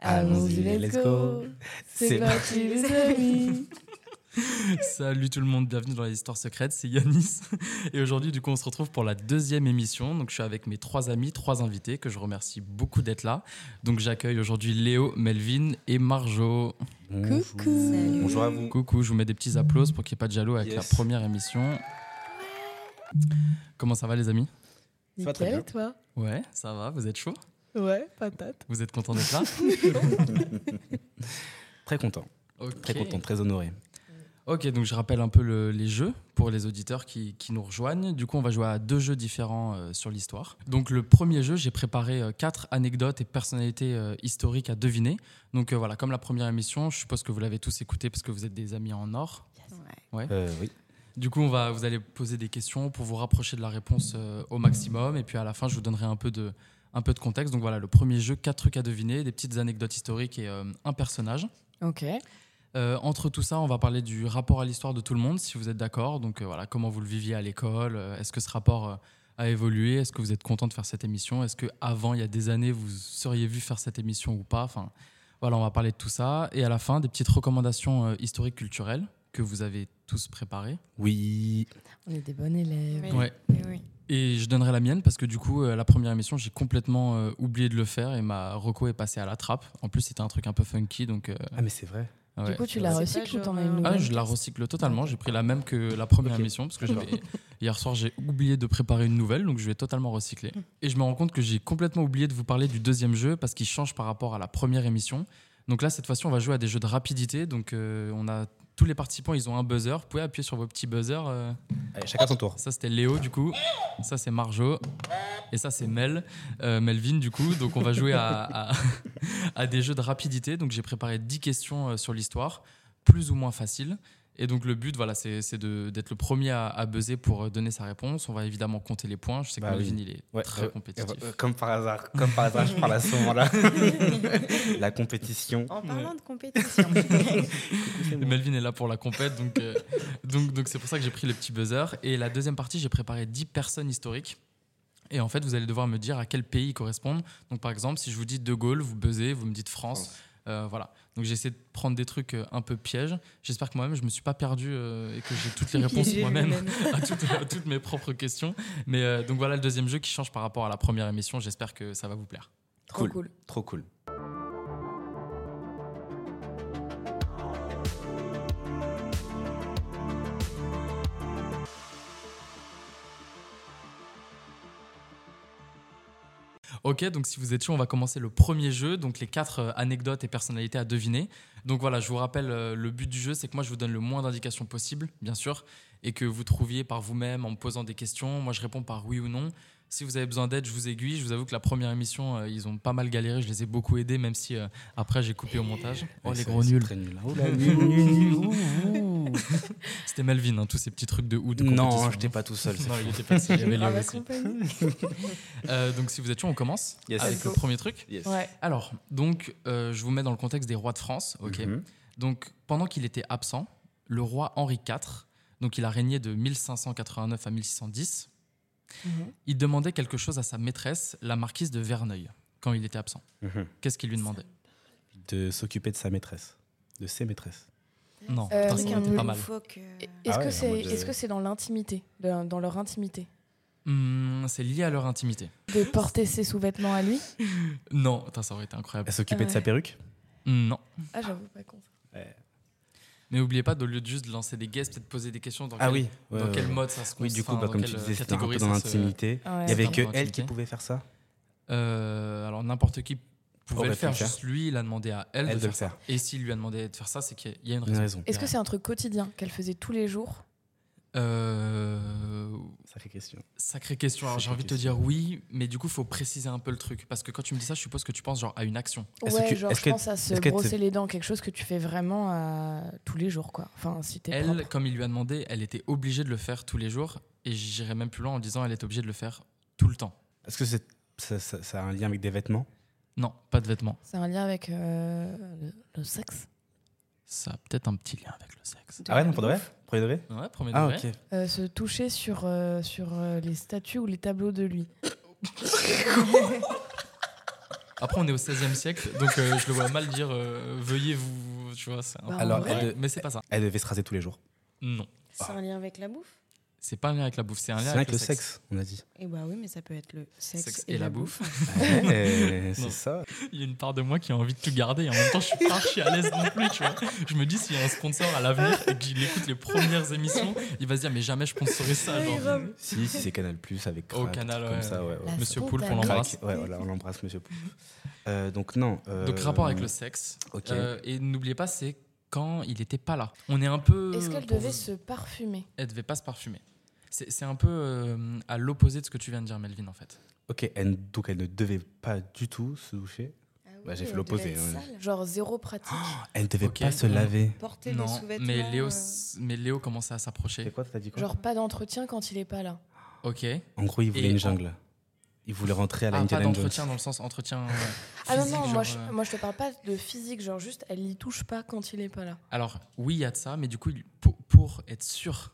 Allons-y, let's go. C'est parti, les amis. Salut tout le monde, bienvenue dans les histoires secrètes, c'est Yanis. Et aujourd'hui, du coup, on se retrouve pour la deuxième émission. Donc, je suis avec mes trois amis, trois invités que je remercie beaucoup d'être là. Donc, j'accueille aujourd'hui Léo, Melvin et Marjo. Coucou. Bonjour à vous. Coucou, je vous mets des petits applauses pour qu'il n'y ait pas de jaloux avec la première émission. Comment ça va, les amis Ça va très Nickel, et toi Ouais, ça va, vous êtes chaud Ouais, patate. Vous êtes contents d'être là Très content, très Ok. content, très honoré. Ok, donc je rappelle un peu le- les jeux pour les auditeurs qui, qui nous rejoignent. Du coup, on va jouer à deux jeux différents euh, sur l'histoire. Donc le premier jeu, j'ai préparé euh, quatre anecdotes et personnalités euh, historiques à deviner. Donc euh, voilà, comme la première émission, je suppose que vous l'avez tous écouté parce que vous êtes des amis en or. Euh, oui. Du coup, on va, vous allez poser des questions pour vous rapprocher de la réponse euh, au maximum. Et puis à la fin, je vous donnerai un peu de, un peu de contexte. Donc voilà, le premier jeu, quatre trucs à deviner, des petites anecdotes historiques et euh, un personnage. Ok. Euh, entre tout ça, on va parler du rapport à l'histoire de tout le monde, si vous êtes d'accord. Donc euh, voilà, comment vous le viviez à l'école euh, Est-ce que ce rapport euh, a évolué Est-ce que vous êtes content de faire cette émission Est-ce que avant, il y a des années, vous seriez vu faire cette émission ou pas Enfin, voilà, on va parler de tout ça. Et à la fin, des petites recommandations euh, historiques culturelles que vous avez tous préparées. Oui. On est des bons élèves. Eh Oui. Ouais. Oui, oui. Et je donnerai la mienne parce que du coup, euh, la première émission, j'ai complètement euh, oublié de le faire et ma reco est passée à la trappe. En plus, c'était un truc un peu funky, donc. euh, Ah mais c'est vrai. ouais. Du coup, tu la C'est recycles pas ou t'en euh, genre as une un- Ah, nouvelle je la recycle totalement. J'ai pris la même que la première Ok. émission parce que j'avais- hier soir j'ai oublié de préparer une nouvelle, donc je vais totalement recycler. Et je me rends compte que j'ai complètement oublié de vous parler du deuxième jeu parce qu'il change par rapport à la première émission. Donc là, cette fois-ci, on va jouer à des jeux de rapidité. Donc euh, on a tous les participants, ils ont un buzzer. Vous pouvez appuyer sur vos petits buzzers. euh. Allez, chacun son tour. Ça c'était Léo du coup. Ça c'est Marjo. Et ça c'est Mel. Euh, Melvin du coup. Donc on va jouer à, à- à des jeux de rapidité. Donc j'ai préparé 10 questions euh, sur l'histoire, plus ou moins faciles. Et donc le but voilà, c'est c'est de- d'être le premier à, à buzzer pour euh, donner sa réponse. On va évidemment compter les points. Je sais que Bah oui. Melvin il est Ouais, très euh, compétitif. Euh, Comme par hasard, comme par hasard, je parle à ce moment-là. La compétition. En parlant de compétition. Et Melvin est là pour la compète, donc euh, donc donc c'est pour ça que j'ai pris le petit buzzer. Et la deuxième partie, j'ai préparé 10 personnes historiques. Et en fait, vous allez devoir me dire à quel pays ils correspondent. Donc par exemple, si je vous dis De Gaulle, vous buzzez, vous me dites France. Euh, voilà. Donc j'ai essayé de prendre des trucs euh, un peu pièges. J'espère que moi-même, je me suis pas perdu euh, et que j'ai toutes les réponses moi-même à toutes, à toutes mes propres questions. Mais euh, donc voilà le deuxième jeu qui change par rapport à la première émission. J'espère que ça va vous plaire. Trop cool. Trop cool. Oh, Ok, donc si vous êtes chaud, on va commencer le premier jeu, donc les quatre euh, anecdotes et personnalités à deviner. Donc voilà, je vous rappelle, euh, le but du jeu, c'est que moi, je vous donne le moins d'indications possible, bien sûr, et que vous trouviez par vous-même en me posant des questions. Moi, je réponds par oui ou non. Si vous avez besoin d'aide, je vous aiguille. Je vous avoue que la première émission, euh, ils ont pas mal galéré, je les ai beaucoup aidés, même si euh, après, j'ai coupé au montage. Oh, Ouais, les c'est- hein. gros c'est nuls. Très nul. Oh là, nul, nul, nul. ouh, ouh. C'était Melvin, hein, tous ces petits trucs de ou de Non, compétition. j'étais pas tout seul. c'est Non, fou. il était pas si il y avait Léo Ah, ma aussi. compagnie. Euh, donc si vous êtes chaud, on commence Yes. avec Let's le go. premier truc. Yes. Ouais. Alors, donc, euh, je vous mets dans le contexte des rois de France. Ok. Mhm. Donc, pendant qu'il était absent, le roi Henri IV, donc il a régné de 1589 à 1610, Mhm. il demandait quelque chose à sa maîtresse, la marquise de Verneuil, quand il était absent. Mhm. Qu'est-ce qu'il lui demandait De s'occuper de sa maîtresse. De ses maîtresses. Non, Euh, putain, avec ça un aurait été pas mal. Loufoque, euh, Et- Est-ce Ah que ouais, en c'est mode, euh, est-ce que c'est dans l'intimité, dans dans leur intimité, Hmm, C'est lié à leur intimité. de porter ses sous-vêtements à lui Non, putain, ça aurait été incroyable. Elle s'occupait de sa Ouais. perruque Non. Ah, j'avoue pas con. Mais n'oubliez pas, au lieu de juste lancer des guesses, peut-être poser des questions dans Ah quel, oui. dans ouais, quel ouais. mode ça se Oui, du coup, enfin, bah, dans comme quelle tu disais, c'était un peu catégorie dans ça se- l'intimité. Ah Ouais. Il y avait C'était que un peu dans elle qui l'intimité. pouvait faire ça. Euh, alors n'importe qui pouvait Aurait le pu faire, le faire. juste lui, il a demandé à elle, Elle de de le faire ça. faire. Et s'il lui a demandé de faire ça, c'est qu'il y a une Une raison. raison. Est-ce que c'est un truc quotidien qu'elle faisait tous les jours Euh, Sacrée question. Sacrée question. Alors j'ai Sacrée envie de te question. dire oui, mais du coup faut préciser un peu le truc parce que quand tu me dis ça, je suppose que tu penses genre à une action. Est-ce Ouais, que- genre est-ce je que- pense à se est-ce que t'es- brosser les dents, quelque chose que tu fais vraiment à- tous les jours, quoi. Enfin, si t'es Elle, propre. comme il lui a demandé, elle était obligée de le faire tous les jours et j'irais même plus loin en disant elle était obligée de le faire tout le temps. Est-ce que c'est- ça, ça- ça a un lien avec des vêtements Non, pas de vêtements. C'est un lien avec euh, le, le sexe Ça a peut-être un petit lien avec le sexe. de Ah ouais, la non, pour de vrai meuf. Premier degré Ouais, premier Ah, degré. ok. Euh, se toucher sur, euh, sur euh, les statues ou les tableaux de lui. Après on est au 16e siècle, donc euh, je le vois mal dire euh, veuillez vous, tu vois. c'est un- Bah, en Alors, vrai, elle, mais c'est pas ça. elle devait se raser tous les jours. Non, C'est un lien avec la bouffe c'est pas un lien avec la bouffe, c'est un C'est lien avec le sexe, on a dit. Et bah oui, mais ça peut être le sexe, Sexe et la bouffe. Ouais, Non. Euh, c'est ça. Il y a une part de moi qui a envie de tout garder et en même temps je suis pas archi à l'aise non plus, tu vois. Je me dis s'il y a un sponsor à l'avenir et qu'il écoute les premières émissions, il va se dire mais jamais je sponsorise ça. genre. Si, si c'est Canal Plus avec Au Crack, Canal, comme ouais. ça, ouais. ouais. La Monsieur Poulpe, on spontanée. l'embrasse. Crack, ouais, voilà, on l'embrasse, Monsieur Poulpe. Euh, donc non. euh, Donc rapport avec le sexe. Ok. Euh, et n'oubliez pas c'est quand il était pas là. On est un peu. Est-ce qu'elle Euh, pour devait vous- se parfumer Elle devait pas se parfumer. C'est c'est un peu euh, à l'opposé de ce que tu viens de dire Melvin en fait. Ok, elle- donc elle ne devait pas du tout se doucher. Ah Bah, j'ai fait l'opposé, ouais. Genre zéro pratique. Ah. Elle ne devait Ok. pas se laver. Porter les non, sous-vêtements. mais Léo, euh, s- mais Léo commençait à C'est s'approcher. quoi T'as dit quoi Genre pas d'entretien quand il est pas là. Ok. En gros, il voulait Et une en- jungle. Il voulait rentrer à la Ah, pas Indiana Jones. d'entretien dans le sens entretien. euh, Ah non, physique, non, moi je, genre, euh, moi je te parle pas de physique, genre juste elle y touche pas quand il est pas là. Alors, oui, il y a de ça, mais du coup, il- pour, pour être sûr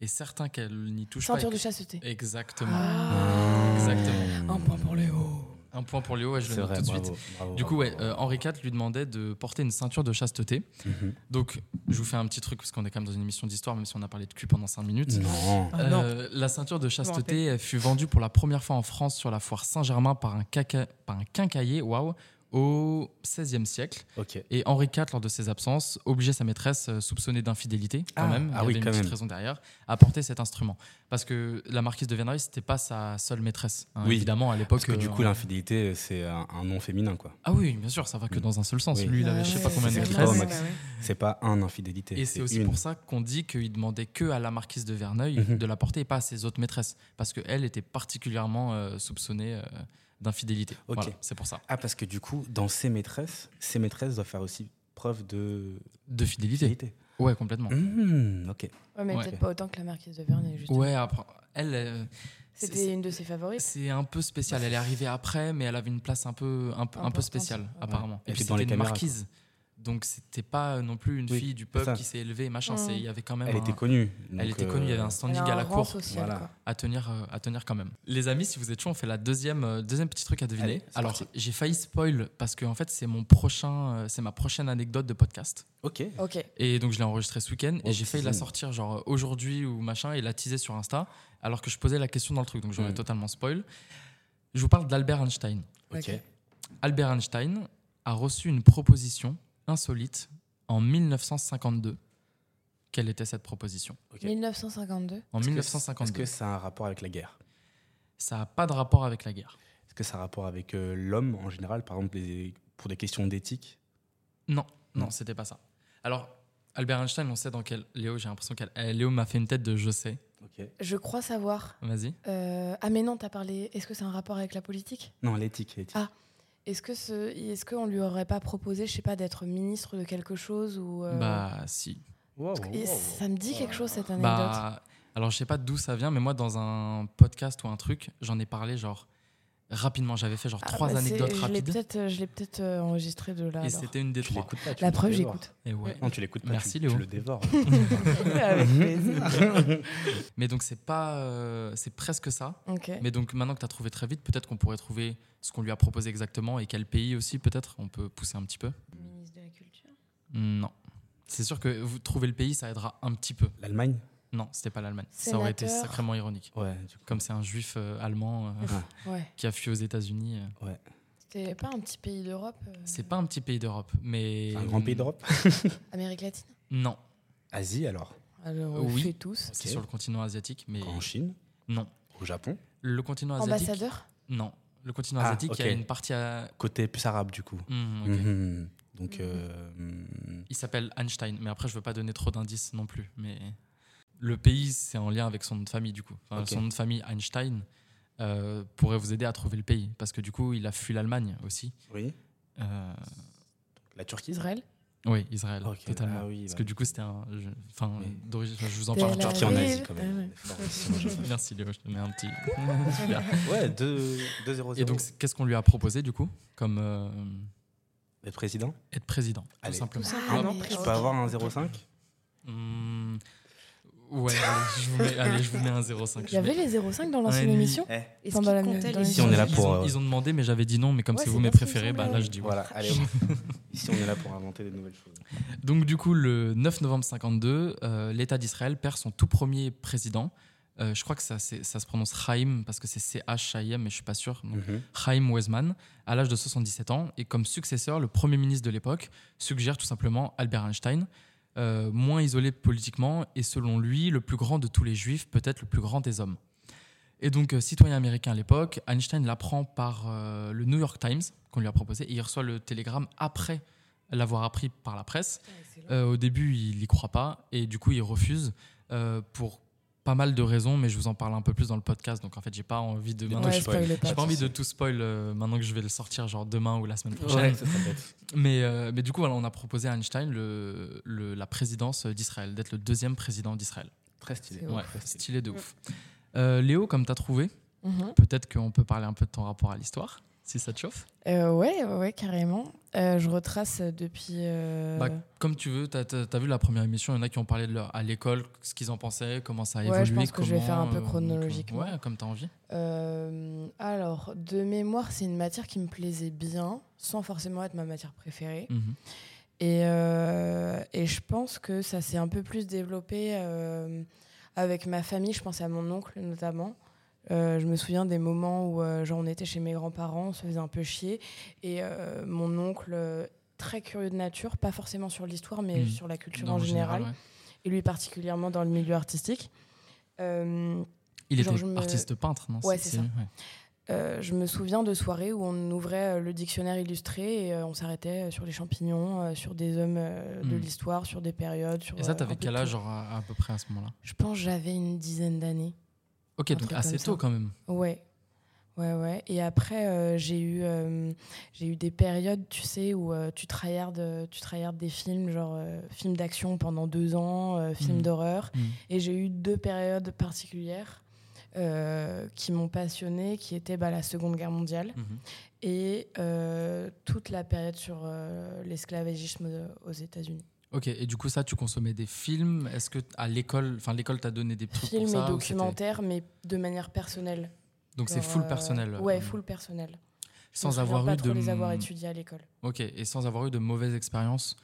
et certain qu'elle n'y touche Ceinture pas. de et chasteté. que- Exactement. Ah. Exactement. Hmm. Un point pour Léo. Un point pour Léo, ouais, je C'est le vrai, note tout de bravo, suite. bravo, Du coup, ouais, bravo, euh, bravo. Henri IV lui demandait de porter une ceinture de chasteté. Mhm. Donc, je vous fais un petit truc, parce qu'on est quand même dans une émission d'histoire, même si on a parlé de cul pendant 5 minutes. Non. Ah, non. Euh, la ceinture de chasteté rappelle. elle fut vendue pour la première fois en France sur la foire Saint-Germain par un, caca- par un quincaillier waouh, au XVIe siècle. Ok. Et Henri IV, lors de ses absences, obligeait sa maîtresse, euh, soupçonnée d'infidélité, quand Ah, même, il y ah oui, avait une quand petite même. raison derrière, à porter cet instrument. Parce que la marquise de Verneuil, c'était pas sa seule maîtresse, hein, Oui, évidemment, à l'époque. Parce que du euh, coup, l'infidélité, c'est un, un nom féminin, quoi. Ah oui, bien sûr, ça va que dans un seul sens. Oui. Lui, il Ah avait je sais ouais, pas combien de c'est maîtresses. énorme. bah ouais. C'est pas un infidélité. Et c'est aussi une. pour ça qu'on dit qu'il demandait que à la marquise de Verneuil Mhm. de la porter et pas à ses autres maîtresses. Parce qu'elle était particulièrement euh, soupçonnée euh, d'infidélité. Ok. Voilà, c'est pour ça. Ah, parce que du coup, dans ses maîtresses, ses maîtresses doivent faire aussi preuve de De fidélité. fidélité. Ouais, complètement. Mmh, ok. Ouais, mais Ouais. peut-être pas autant que la marquise de Verneuil, justement. Ouais, après, elle. euh, c'est- C'était une de ses favorites. C'est un peu spécial. Elle est arrivée après, mais elle avait une place un peu, un, peu- un peu Importante. spéciale, Ouais. apparemment. Elle Et puis était dans c'était les une caméras, marquise. Donc c'était pas euh, non plus une Oui, fille du c'est peuple ça. qui s'est élevée, machin. Mm. C'est- Il y avait quand même. Elle un- était connue. elle donc, était connue, il y avait euh, un Elle standing a à la un rang cour social, voilà. quoi. à tenir, euh, à tenir quand même. Les amis, si vous êtes chaud, on fait la deuxième, euh, deuxième petit truc à deviner. Allez, c'est Alors parti. j'ai failli spoil parce que en fait c'est mon prochain, euh, c'est ma prochaine anecdote de podcast. Ok. Ok. Et donc je l'ai enregistrée ce week-end Oh, et j'ai failli la teasing. sortir genre euh, aujourd'hui ou machin et la teaser sur Insta alors que je posais la question dans le truc donc j'aurais Mm. totalement spoil. Je vous parle d'Albert Einstein. Ok. Ok. Albert Einstein a reçu une proposition insolite en 1952. Quelle était cette proposition Ok. 1952. En Est-ce que- 1952. Est-ce que ça a un rapport avec la guerre Ça n'a pas de rapport avec la guerre. Est-ce que ça a un rapport avec euh, l'homme en général, par exemple, les- pour des questions d'éthique Non, non, Non. c'était pas ça. Alors, Albert Einstein, on sait dans quel. Léo, j'ai l'impression qu'elle. eh, Léo m'a fait une tête de je sais. Ok. Je crois savoir. Vas-y. Euh, Ah, mais non, t'as parlé. Est-ce que c'est un rapport avec la politique Non, l'éthique. l'éthique. Ah. Est-ce que ce, est-ce qu'on lui aurait pas proposé, je sais pas, d'être ministre de quelque chose ou euh, Bah, si. Wow, Et ça me dit quelque chose cette anecdote. Bah, alors je sais pas d'où ça vient, mais moi dans un podcast ou un truc, j'en ai parlé genre rapidement. J'avais fait genre Ah, trois bah, c'est- anecdotes Je l'ai rapides peut-être euh, je l'ai peut-être euh, enregistré de là. et alors. c'était une des Tu trois. l'écoutes pas. tu La le preuve, dévores. j'écoute. Et ouais. Non, tu l'écoutes pas. Merci, tu, Léo. Tu le dévores. Avec Mhm. plaisir. Mais donc c'est pas, euh, c'est presque ça. Ok. Mais donc maintenant que tu as trouvé très vite, peut-être qu'on pourrait trouver ce qu'on lui a proposé exactement et quel pays aussi peut-être. On peut pousser un petit peu. Ministre de la Culture. Non. C'est sûr que vous trouver le pays, ça aidera un petit peu. L'Allemagne Non, c'était pas l'Allemagne. Ça aurait été Sénateur. sacrément ironique. Ouais, du coup. Comme c'est un juif euh, allemand euh, Ah. Ouais. qui a fui aux États-Unis. euh, C'était pas un petit pays d'Europe euh, C'est pas un petit pays d'Europe, mais. Un grand pays d'Europe Amérique latine Non, Asie alors Alors, Oui. chez tous. c'est sur le continent asiatique, mais. En Chine Non. Au Japon Le continent asiatique. Ambassadeur Non. Le continent Ah, asiatique, il y ok. a une partie à. Côté plus arabe du coup. Hmm, ok. Mhm. Donc. euh, hmm. Il s'appelle Einstein, mais après, je veux pas donner trop d'indices non plus. Mais. Le pays, c'est en lien avec son nom de famille, du coup. Enfin, Ok. Son nom de famille, Einstein, euh, pourrait vous aider à trouver le pays. Parce que du coup, il a fui l'Allemagne aussi. Oui. Euh, La Turquie Israël Oui, Israël, Ok, totalement. ah oui, Parce bah que oui. du coup, c'était un. je- Enfin, Oui. d'origine. enfin, Je vous en Tel parle. La Turquie en Aviv. Asie quand Ah ouais. même. Formation, je- Merci Léo, je te mets un petit. Super. Ouais, 2-0-0. Et donc, c'est- qu'est-ce qu'on lui a proposé du coup Comme euh, le président être président, Allez. tout simplement. Ah, non, mais- je peux avoir un 0,5 Hum, ouais, allez, je vous mets, allez, je vous mets un 0,5. Il y avait les 05 dans l'ancienne Ouais, émission Eh, Est-ce Pendant la- qu'il comptait dans les les- Si on est là Ils pour, ont, euh, ils ont demandé, mais j'avais dit non, mais comme Ouais, c'est vous c'est mes pas ce qui me préférés, bah, semblait, là ouais. je dis oui. Voilà, allez, on- ici on est là pour inventer des nouvelles choses. Donc, du coup, le 9 novembre 52, euh, l'État d'Israël perd son tout premier président. Euh, je crois que ça, c'est- ça se prononce Chaim parce que c'est C-H-I-M, mais je suis pas sûr. Donc, Chaim Weizmann, à l'âge de 77 ans, et comme successeur, le Premier ministre de l'époque suggère tout simplement Albert Einstein, euh, moins isolé politiquement et selon lui, le plus grand de tous les juifs, peut-être le plus grand des hommes. Et donc, euh, citoyen américain à l'époque, Einstein l'apprend par euh, le New York Times qu'on lui a proposé, et il reçoit le télégramme après l'avoir appris par la presse. Euh, au début, il n'y croit pas, et du coup, il refuse euh, pour pas mal de raisons, mais je vous en parle un peu plus dans le podcast, donc en fait, j'ai pas envie de... maintenant Ouais, que je spoil pas. j'ai pas envie de tout spoil euh, maintenant que je vais le sortir genre demain ou la semaine prochaine. mais, euh, mais du coup, voilà, on a proposé à Einstein le, le- la présidence d'Israël, d'être le deuxième président d'Israël. Très stylé. C'est Ouais, stylé de ouf. Euh, Léo, comme t'as trouvé, Mhm. peut-être qu'on peut parler un peu de ton rapport à l'histoire, si ça te chauffe. Euh, ouais, ouais, ouais, carrément. Euh, je retrace depuis. euh, Bah, comme tu veux, t'as as, vu la première émission, il y en a qui ont parlé de leur, à l'école, ce qu'ils en pensaient, comment ça a Ouais, évolué. je pense que je vais comment, faire un peu euh, chronologiquement. Ouais, comme t'as envie. euh, alors, de mémoire, c'est une matière qui me plaisait bien, sans forcément être ma matière préférée. Mhm. Et, euh, et je pense que ça s'est un peu plus développé euh, avec ma famille. Je pense à mon oncle notamment. Euh, je me souviens des moments où euh, genre, on était chez mes grands-parents, on se faisait un peu chier. Et euh, mon oncle, euh, très curieux de nature, pas forcément sur l'histoire, mais Mhm. sur la culture Dans en le général, ouais. et lui particulièrement dans le milieu artistique. Euh, Il Genre, était je me- artiste peintre, non Ouais, c'est ça. ouais. Euh, je me souviens de soirées où on ouvrait euh, le dictionnaire illustré et euh, on s'arrêtait euh, sur les champignons, euh, sur des hommes euh, de Mm. l'histoire, sur des périodes. Sur, Et euh, ça, un t'avais peu quel tout. âge, hein genre à, à peu près à ce moment-là Je pense que j'avais une dizaine d'années. Ok, Un donc truc assez comme ça. tôt quand même. Ouais. Ouais, ouais. Et après, euh, j'ai eu, euh, j'ai eu des périodes, tu sais, où euh, tu, tryhardes, euh, tu tryhardes des films, genre euh, films d'action pendant deux ans, euh, films Mm. d'horreur. Mm. Et j'ai eu deux périodes particulières euh, qui m'ont passionnée, qui étaient bah, la Seconde Guerre mondiale. Mhm. et euh, toute la période sur euh, l'esclavagisme de- aux États-Unis. Ok, et du coup, ça, tu consommais des films Est-ce que t- à l'école, enfin, l'école t'a donné des trucs Films pour ça et ou c'était- documentaires, mais de manière personnelle. Donc c'est Genre, full euh, personnel. Ouais, euh, full personnel. Je me Sans souviens avoir pas eu trop de. les avoir étudiés à l'école. Ok, et sans avoir eu de mauvaises expériences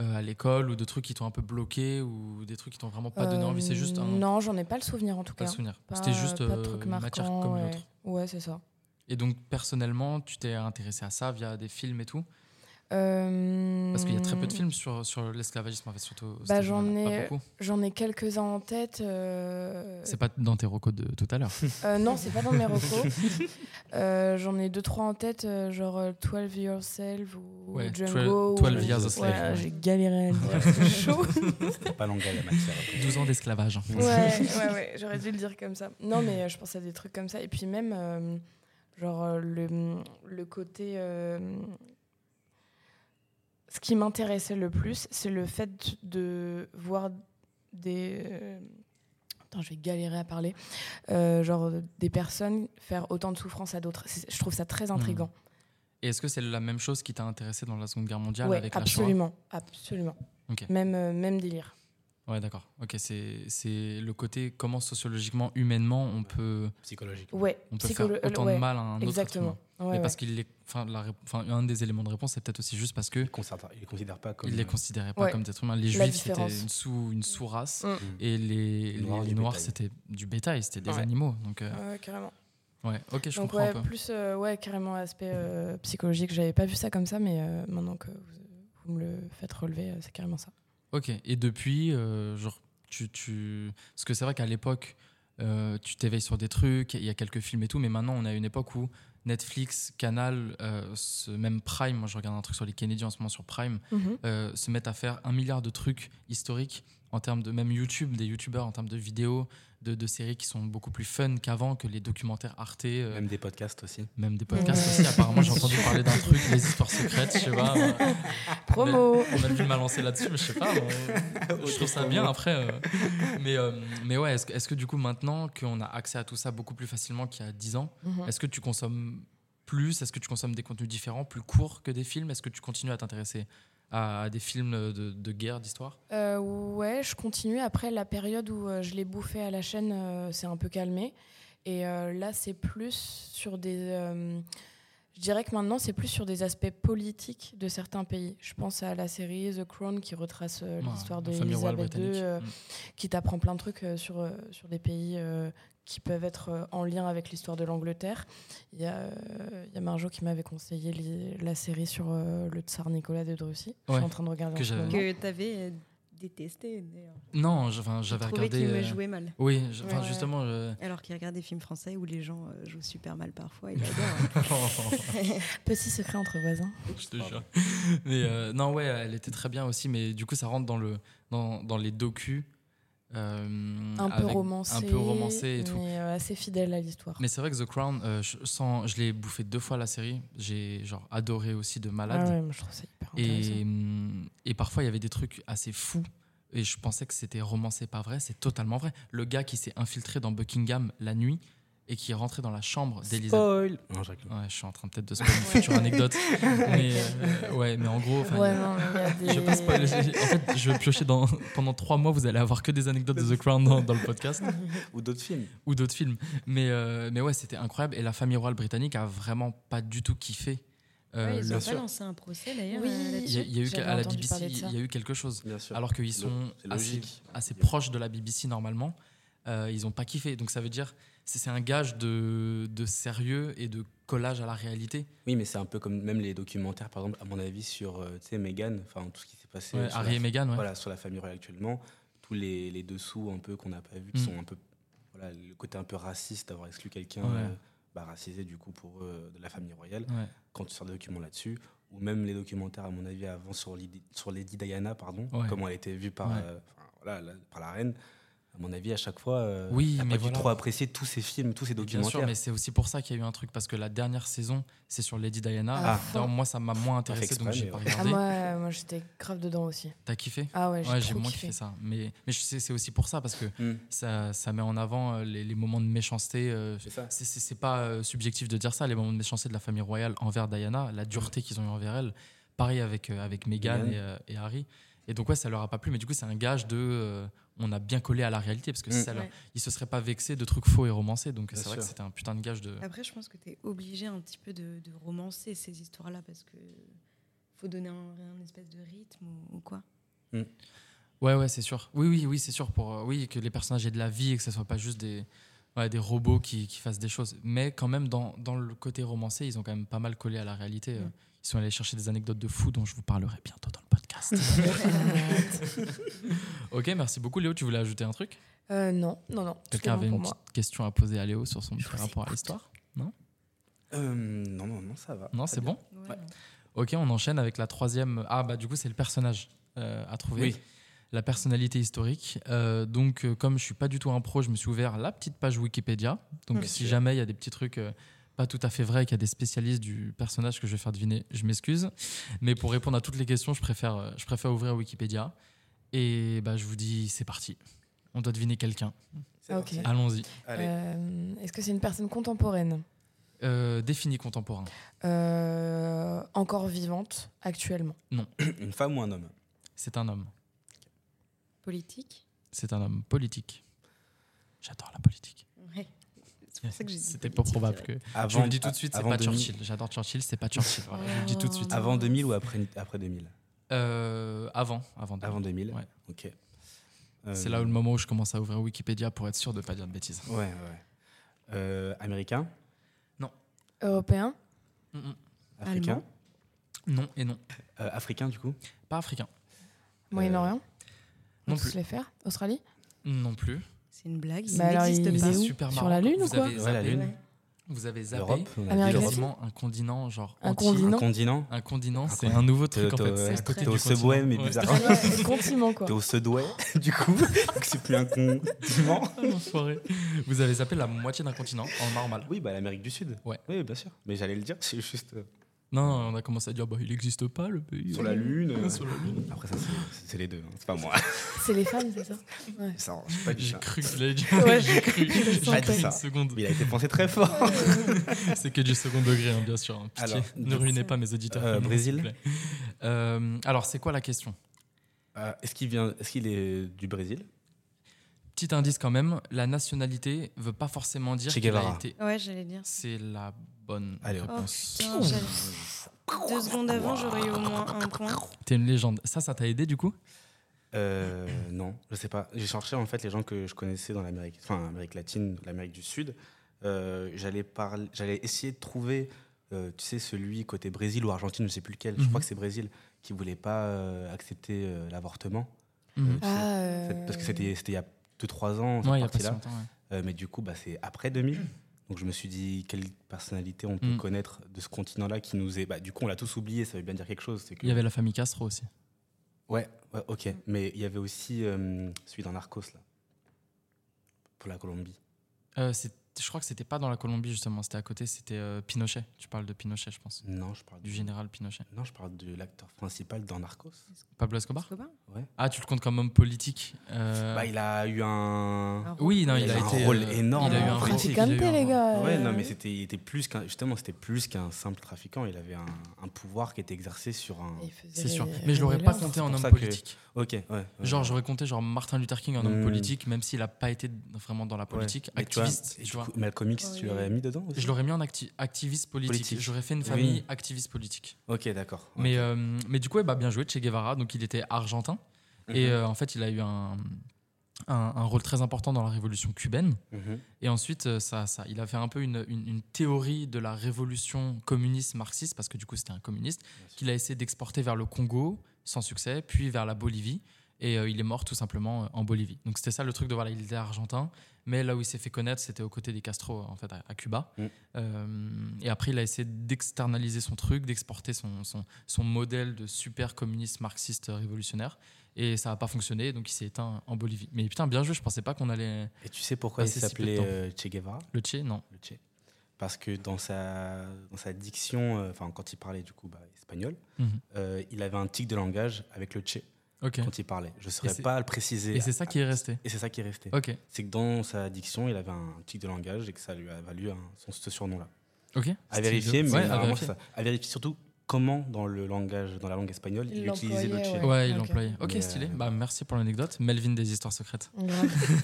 euh, à l'école ou de trucs qui t'ont un peu bloqué ou des trucs qui t'ont vraiment pas donné Euh, envie. C'est juste un. Non, j'en ai pas le souvenir en tout Pas cas. de souvenir. Pas- C'était juste pas de euh, truc une matière marquant, comme une ouais. autre. Ouais, c'est ça. Et donc, personnellement, tu t'es intéressé à ça via des films et tout Parce qu'il y a très peu de Euh, films sur, sur l'esclavagisme, en fait, surtout. aux Bah, États-Unis, j'en il y en a ai- Pas beaucoup. J'en ai quelques-uns en tête. euh, C'est pas dans tes recos de tout à l'heure. Euh, non, c'est pas dans mes recos. Euh, J'en ai deux, trois en tête, euh, genre euh, 12 Yourself ou Ouais, Django. ou- 12 12 Years a Slave, Ouais, ouais. J'ai galéré à le dire, c'est chaud. C'était pas l'anglais la matière. euh, 12 ans d'esclavage. ouais, ouais, ouais, j'aurais dû le dire comme ça. Non, mais euh, je pense à des trucs comme ça. Et puis même, euh, genre, euh, le, le côté... euh, ce qui m'intéressait le plus, c'est le fait de voir des. euh, Attends, je vais galérer à parler. Euh, genre, des personnes faire autant de souffrance à d'autres. C'est- Je trouve ça très Hmm. intriguant. Et est-ce que c'est la même chose qui t'a intéressé dans la Seconde Guerre mondiale Ouais, avec absolument. Absolument. Ok. Même, euh, même délire. la Shoah Ouais, d'accord. Ok, c'est c'est le côté comment sociologiquement, humainement, on peut, psychologique. Ouais. on peut psycholo- euh, faire autant ouais, de mal à un autre. être Exactement. humain. Ouais, Mais ouais. parce qu'il est, enfin, la ré- enfin, un des éléments de réponse, c'est peut-être aussi juste parce que Il ne les considère pas comme. il les considérait pas Ouais. comme des êtres humains. Les La Juifs, c'était différence. une sous une sous race, Mm. et les, Les les Noirs, Noirs, du bétail. c'était du bétail, c'était des Ouais. animaux. Donc euh, Ouais, carrément. ouais, ok, je Donc, comprends ouais, un peu. plus, euh, ouais, carrément, aspect euh, psychologique. J'avais pas vu ça comme ça, mais euh, maintenant que vous, vous me le faites relever, euh, c'est carrément ça. Ok, et depuis, euh, genre, tu, tu... Parce que c'est vrai qu'à l'époque, euh, tu t'éveilles sur des trucs, il y a quelques films et tout, mais maintenant, on a une époque où Netflix, Canal, euh, ce- même Prime, moi je regarde un truc sur les Kennedy en ce moment sur Prime, euh, se mettent à faire un milliard de trucs historiques en termes de même YouTube, des YouTubeurs, en termes de vidéos, de, de séries qui sont beaucoup plus fun qu'avant, que les documentaires Arte, euh, Même des podcasts aussi. même des podcasts Ouais. aussi. Apparemment, j'ai entendu parler d'un truc, les histoires secrètes, je sais pas. euh, Promo on a pu m'a lancé là-dessus, mais je sais pas. on- je trouve ça bien après. euh. Mais, euh, mais ouais, est-ce que, est-ce que du coup, maintenant qu'on a accès à tout ça beaucoup plus facilement qu'il y a 10 ans, Mhm. est-ce que tu consommes plus Est-ce que tu consommes des contenus différents, plus courts que des films Est-ce que tu continues à t'intéresser à, à des films de, de guerre, d'histoire Euh, ouais, je continue. Après, la période où euh, je l'ai bouffé à la chaîne, euh, c'est un peu calmé. Et euh, là, c'est plus sur des. euh, je dirais que maintenant, c'est plus sur des aspects politiques de certains pays. Je pense à la série The Crown qui retrace euh, Ouais, l'histoire la famille royale d'Elisabeth II, britannique. euh, Mm. qui t'apprend plein de trucs euh, sur, euh, sur des pays euh, qui peuvent être euh, en lien avec l'histoire de l'Angleterre. Il y, a, euh, il y a Marjo qui m'avait conseillé li- la série sur euh, le tsar Nicolas de Russie. Je Ouais, suis en train de regarder que en ce j'avais- moment. Que t'avais euh, détesté d'ailleurs. Non, je- enfin, Je j'avais trouvais regardé. qu'il me euh, jouait mal. Oui, je- enfin, Ouais, ouais. justement. je- Alors qu'il regarde des films français où les gens euh, jouent super mal parfois. Euh, Il adore. Petit secret entre voisins. Je te jure. Mais euh, non, ouais, elle était très bien aussi, mais du coup, ça rentre dans, le, dans, dans les docus. euh, un peu avec- romancé, Un peu romancé et tout. mais euh, assez fidèle à l'histoire. Mais c'est vrai que The Crown, euh, je, sans- je l'ai bouffé deux fois la série. J'ai genre adoré aussi de malade. Ah ouais, moi, je trouve ça hyper intéressant. et, hum, et parfois, il y avait des trucs assez fous. Et je pensais que c'était romancé, pas vrai. C'est totalement vrai. Le gars qui s'est infiltré dans Buckingham la nuit et qui est rentré dans la chambre d'Elizabeth. Spoil Non, je rigole. Ouais, je suis en train peut-être de spoiler une future anecdote. mais, euh, ouais, mais en gros, enfin, Ouais, non, mais il y a des... Ah, je vais pas spoiler. En fait, je vais piocher dans, pendant trois mois. Vous allez avoir que des anecdotes de The Crown dans, dans le podcast Ou d'autres films. ou d'autres films. Mais, euh, mais ouais, c'était incroyable. Et la famille royale britannique a vraiment pas du tout kiffé. euh, Ouais, ils le- ont pas lancé un procès d'ailleurs. Oui. euh, il y a, là-dessus. il y a eu J'avais à la entendu BBC, parler de ça. il y a eu quelque chose. Bien sûr. Alors qu'ils C'est sont lo- c'est assez, logique. assez proches de la BBC normalement. Euh, ils ont pas kiffé. Donc ça veut dire c'est c'est un gage de, de sérieux et de collage à la réalité. Oui, mais c'est un peu comme même les documentaires, par exemple, à mon avis, sur euh, tu sais, Meghan, enfin tout ce qui s'est passé. Ouais, sur Harry la- et Meghan, ouais. Voilà, sur la famille royale actuellement, tous les, les dessous un peu qu'on n'a pas vu, qui Mm. sont un peu. Voilà, le côté un peu raciste d'avoir exclu quelqu'un, Ouais. euh, bah, racisé du coup pour eux, de la famille royale, Ouais. quand tu sors des documents là-dessus, ou même les documentaires, à mon avis, avant sur Lady, sur Lady Diana, pardon, Ouais. comment elle était vue par, Ouais. euh, enfin, voilà, la, par la reine. À mon avis, à chaque fois, euh, Oui, t'as mais pas voilà. dû trop apprécier tous ces films, tous ces Bien documentaires. sûr, mais c'est aussi pour ça qu'il y a eu un truc parce que la dernière saison, c'est sur Lady Diana. Ah. D'ailleurs, moi, ça m'a moins intéressé, exprès, donc j'ai mais pas ouais. Ah, regardé. moi, euh, moi j'étais grave dedans aussi. T'as kiffé Ah ouais, j'ai Ouais, j'ai trop moins kiffé. kiffé ça. Mais, mais je sais, c'est aussi pour ça parce que Mm. ça, ça met en avant euh, les, les moments de méchanceté. euh, C'est ça. c'est- c'est c'est pas euh, subjectif de dire ça, les moments de méchanceté de la famille royale envers Diana, la dureté qu'ils ont eu envers elle. Pareil avec, euh, avec Meghan Meghan. et, euh, et Harry. Et donc, ouais, ça leur a pas plu, mais du coup, c'est un gage de. euh, on a bien collé à la réalité parce que Mm. si ça leur- Ouais. ils se seraient pas vexés de trucs faux et romancés. Donc, Bien c'est vrai que sûr. c'était un putain de gage de. Après, je pense que tu es obligé un petit peu de, de romancer ces histoires-là parce que faut donner un, un espèce de rythme ou, ou quoi. Ouais, ouais, c'est sûr. Oui, oui, oui, c'est sûr. Pour, euh, oui, que les personnages aient de la vie et que ce soit pas juste des, ouais, des robots qui, qui fassent des choses. Mais quand même, dans, dans le côté romancé, ils ont quand même pas mal collé à la réalité. euh. Mm. Ils sont allés chercher des anecdotes de fous dont je vous parlerai bientôt dans le podcast. ok, merci beaucoup, Léo. Tu voulais ajouter un truc Euh, non, non, non. c'était Quelqu'un bon avait pour une moi. petite question à poser à Léo sur son Je petit vous rapport à écoute. l'histoire Euh, non, non, non, ça va. Non, Très c'est bien. bon Ouais, Ouais. non. Ok, on enchaîne avec la troisième. Ah, bah du coup, c'est le personnage euh, à trouver. Oui. La personnalité historique. Euh, donc, euh, comme je suis pas du tout un pro, je me suis ouvert la petite page Wikipédia. Donc, si jamais il y a des petits trucs euh, pas tout à fait vrai et qu'il y a des spécialistes du personnage que je vais faire deviner, je m'excuse. Mais pour répondre à toutes les questions, je préfère, euh, je préfère ouvrir Wikipédia. Et bah, je vous dis, c'est parti. On doit deviner quelqu'un. C'est Ah, parti. ok. Allons-y. Allez. Euh, Est-ce que c'est une personne contemporaine Euh, défini contemporain. Euh, Encore vivante actuellement Une femme ou un homme C'est un homme. Politique C'est un homme politique. J'adore la politique. Ouais. C'est pour ça que j'ai dit. C'était pas politique, probable direct. que. Je vous le dis tout de suite, c'est avant pas 2000 Churchill. J'adore Churchill, c'est pas Churchill. Voilà, je le dis tout Oh. de suite. Ah. Avant 2000 ou après, après 2000 Euh, avant, avant. de- Avant 2000 Ouais. Ok. C'est Euh, là où le moment où je commence à ouvrir Wikipédia pour être sûr de pas dire de bêtises. Ouais, ouais. Euh, américain Européen Mm, mm. Africain Allemand Non et non. Euh, Africain, du coup Pas africain. Moyen-Orient On Euh, non tous plus. les faire Australie Non plus. C'est une blague. Bah ça alors, n'existe il Mais est pas. c'est où super Sur marrant. la Lune ou vous quoi avez Ouais, la zappé- Lune. Ouais. Vous avez zappé L'Europe on a dit Amérique l'Europe. quasiment un continent, genre. Un entier. continent Un continent Un continent, c'est continent. un nouveau truc en T'es- fait. t'es- C'est à t'es côté au du continent. Subway, mais Ouais. bizarre. Ouais, Continent quoi T'es au Sudouais, du coup Donc c'est plus un continent Ah, l'enfoiré. Vous avez zappé la moitié d'un continent en normal. Oui, bah l'Amérique du Sud. Ouais. Oui, bien sûr. Mais j'allais le dire, c'est juste euh, Non, non, on a commencé à dire bah il n'existe pas le pays. sur la Lune. euh. Sur la Lune. Après, ça, c'est- c'est c'est les deux, hein, c'est pas moi. C'est les femmes, c'est ça Ça, je sais pas du J'ai tout. cru que je l'avais dit. Ouais. J'ai cru. J'ai Pas cru dit une ça. seconde. Mais Il a été pensé très fort. C'est que du second degré, hein, bien sûr. hein. Pitié, Alors, ne ruinez pas mes auditeurs. Euh, vraiment, s'il vous Brésil plaît. Euh, alors, c'est quoi la question Euh, est-ce qu'il vient Est-ce qu'il est du Brésil Petit indice quand même, la nationalité veut pas forcément dire Che qu'elle a Guevara. été. Ouais, j'allais dire. C'est la bonne Allez, hop. Oh réponse. putain, j'avais- deux secondes avant, j'aurais eu au moins un point. T'es une légende. Ça, ça t'a aidé du coup Euh, non, je sais pas. J'ai cherché en fait les gens que je connaissais dans l'Amérique, enfin Amérique latine, l'Amérique du Sud. Euh, j'allais parler, j'allais essayer de trouver, euh, tu sais, celui côté Brésil ou Argentine, je sais plus lequel. Je Mhm. crois que c'est Brésil qui voulait pas euh, accepter euh, l'avortement Mhm. Tu sais, Ah, euh, cette- parce que c'était c'était il y a 2-3 ans cette Ouais, il a pas si partie-là. longtemps. ouais. Euh, mais du coup, bah, c'est après 2000. Donc je me suis dit quelle personnalité on peut Mhm. connaître de ce continent-là qui nous est. Bah, du coup, on l'a tous oublié. Ça veut bien dire quelque chose. c'est que- Il y avait la famille Castro aussi. Ouais, ouais, ok. Mais il y avait aussi euh, celui d'un Narcos, là. Pour la Colombie. Euh, c'est- je crois que c'était pas dans la Colombie justement, c'était à côté, c'était euh, Pinochet. Tu parles de Pinochet, je pense. Non, je parle Du du général Pinochet. Non, je parle de l'acteur principal dans Narcos. Pablo Escobar Copain Ouais. Ah, tu le comptes comme homme politique euh, Bah, il a eu un. Un Oui, non, il, il a, a un été. rôle euh, énorme Il a eu un en rôle. politique. il a eu Traficante, un les rôle. gars Ouais, euh, non, mais c'était, il était plus qu'un, justement, c'était plus qu'un simple trafiquant. Il avait un, un pouvoir qui était exercé sur un. il faisait C'est sûr. les- Mais je l'aurais les pas leurs. compté C'est en pour homme ça que- politique. Ok, ouais. ouais. Genre, j'aurais compté genre Martin Luther King en homme Hmm. politique, même s'il a pas été vraiment dans la Ouais. politique. Mais tu vois, Activiste, et tu du vois. coup, Malcolm X, tu Ouais. l'aurais mis dedans aussi Je l'aurais mis en acti- activiste politique. Politique. J'aurais fait une Oui. famille activiste politique. Ok, d'accord. ouais. Mais, euh, mais du coup, eh bah, bien joué, Che Guevara. Donc, il était argentin. Et Mhm, euh, en fait, il a eu un, un- un rôle très important dans la révolution cubaine. mhm. Et ensuite, euh, ça, ça, il a fait un peu une, une- une théorie de la révolution communiste marxiste, parce que du coup, c'était un communiste, sûr. qu'il a essayé d'exporter vers le Congo, sans succès, puis vers la Bolivie. Et euh, il est mort tout simplement euh, en Bolivie. Donc c'était ça le truc de voilà, il était argentin, mais là où il s'est fait connaître, c'était aux côtés des Castro, en fait, à, à Cuba. Mm. Euh, et après, il a essayé d'externaliser son truc, d'exporter son, son, son modèle de super communiste marxiste révolutionnaire. Et ça n'a pas fonctionné, donc il s'est éteint en Bolivie. Mais putain, bien joué, je pensais pas qu'on allait. Et tu sais pourquoi il passer Ah, si peu de s'appelait temps. euh, Che Guevara Le Che, non. le Che. Parce que dans sa, dans sa diction, euh, enfin quand il parlait du coup bah, espagnol, Mhm. euh, il avait un tic de langage avec le Che Ok. quand il parlait. Je ne Et saurais c'est- pas à le préciser. Ah, Et c'est ça qui est resté. Et c'est ça qui est resté. Ok. C'est que dans sa diction, il avait un tic de langage et que ça lui a valu un- son, ce surnom-là. Ok. À vérifier, mais Ouais, à normalement, vérifier. c'est ça. à vérifier surtout comment dans le langage, dans la langue espagnole, Il il, utilisait le Che. l'employait, Ouais, il Ok. l'employait. Ok, Mais, stylé. euh, Bah, merci pour l'anecdote. Melvin des histoires secrètes. Grave.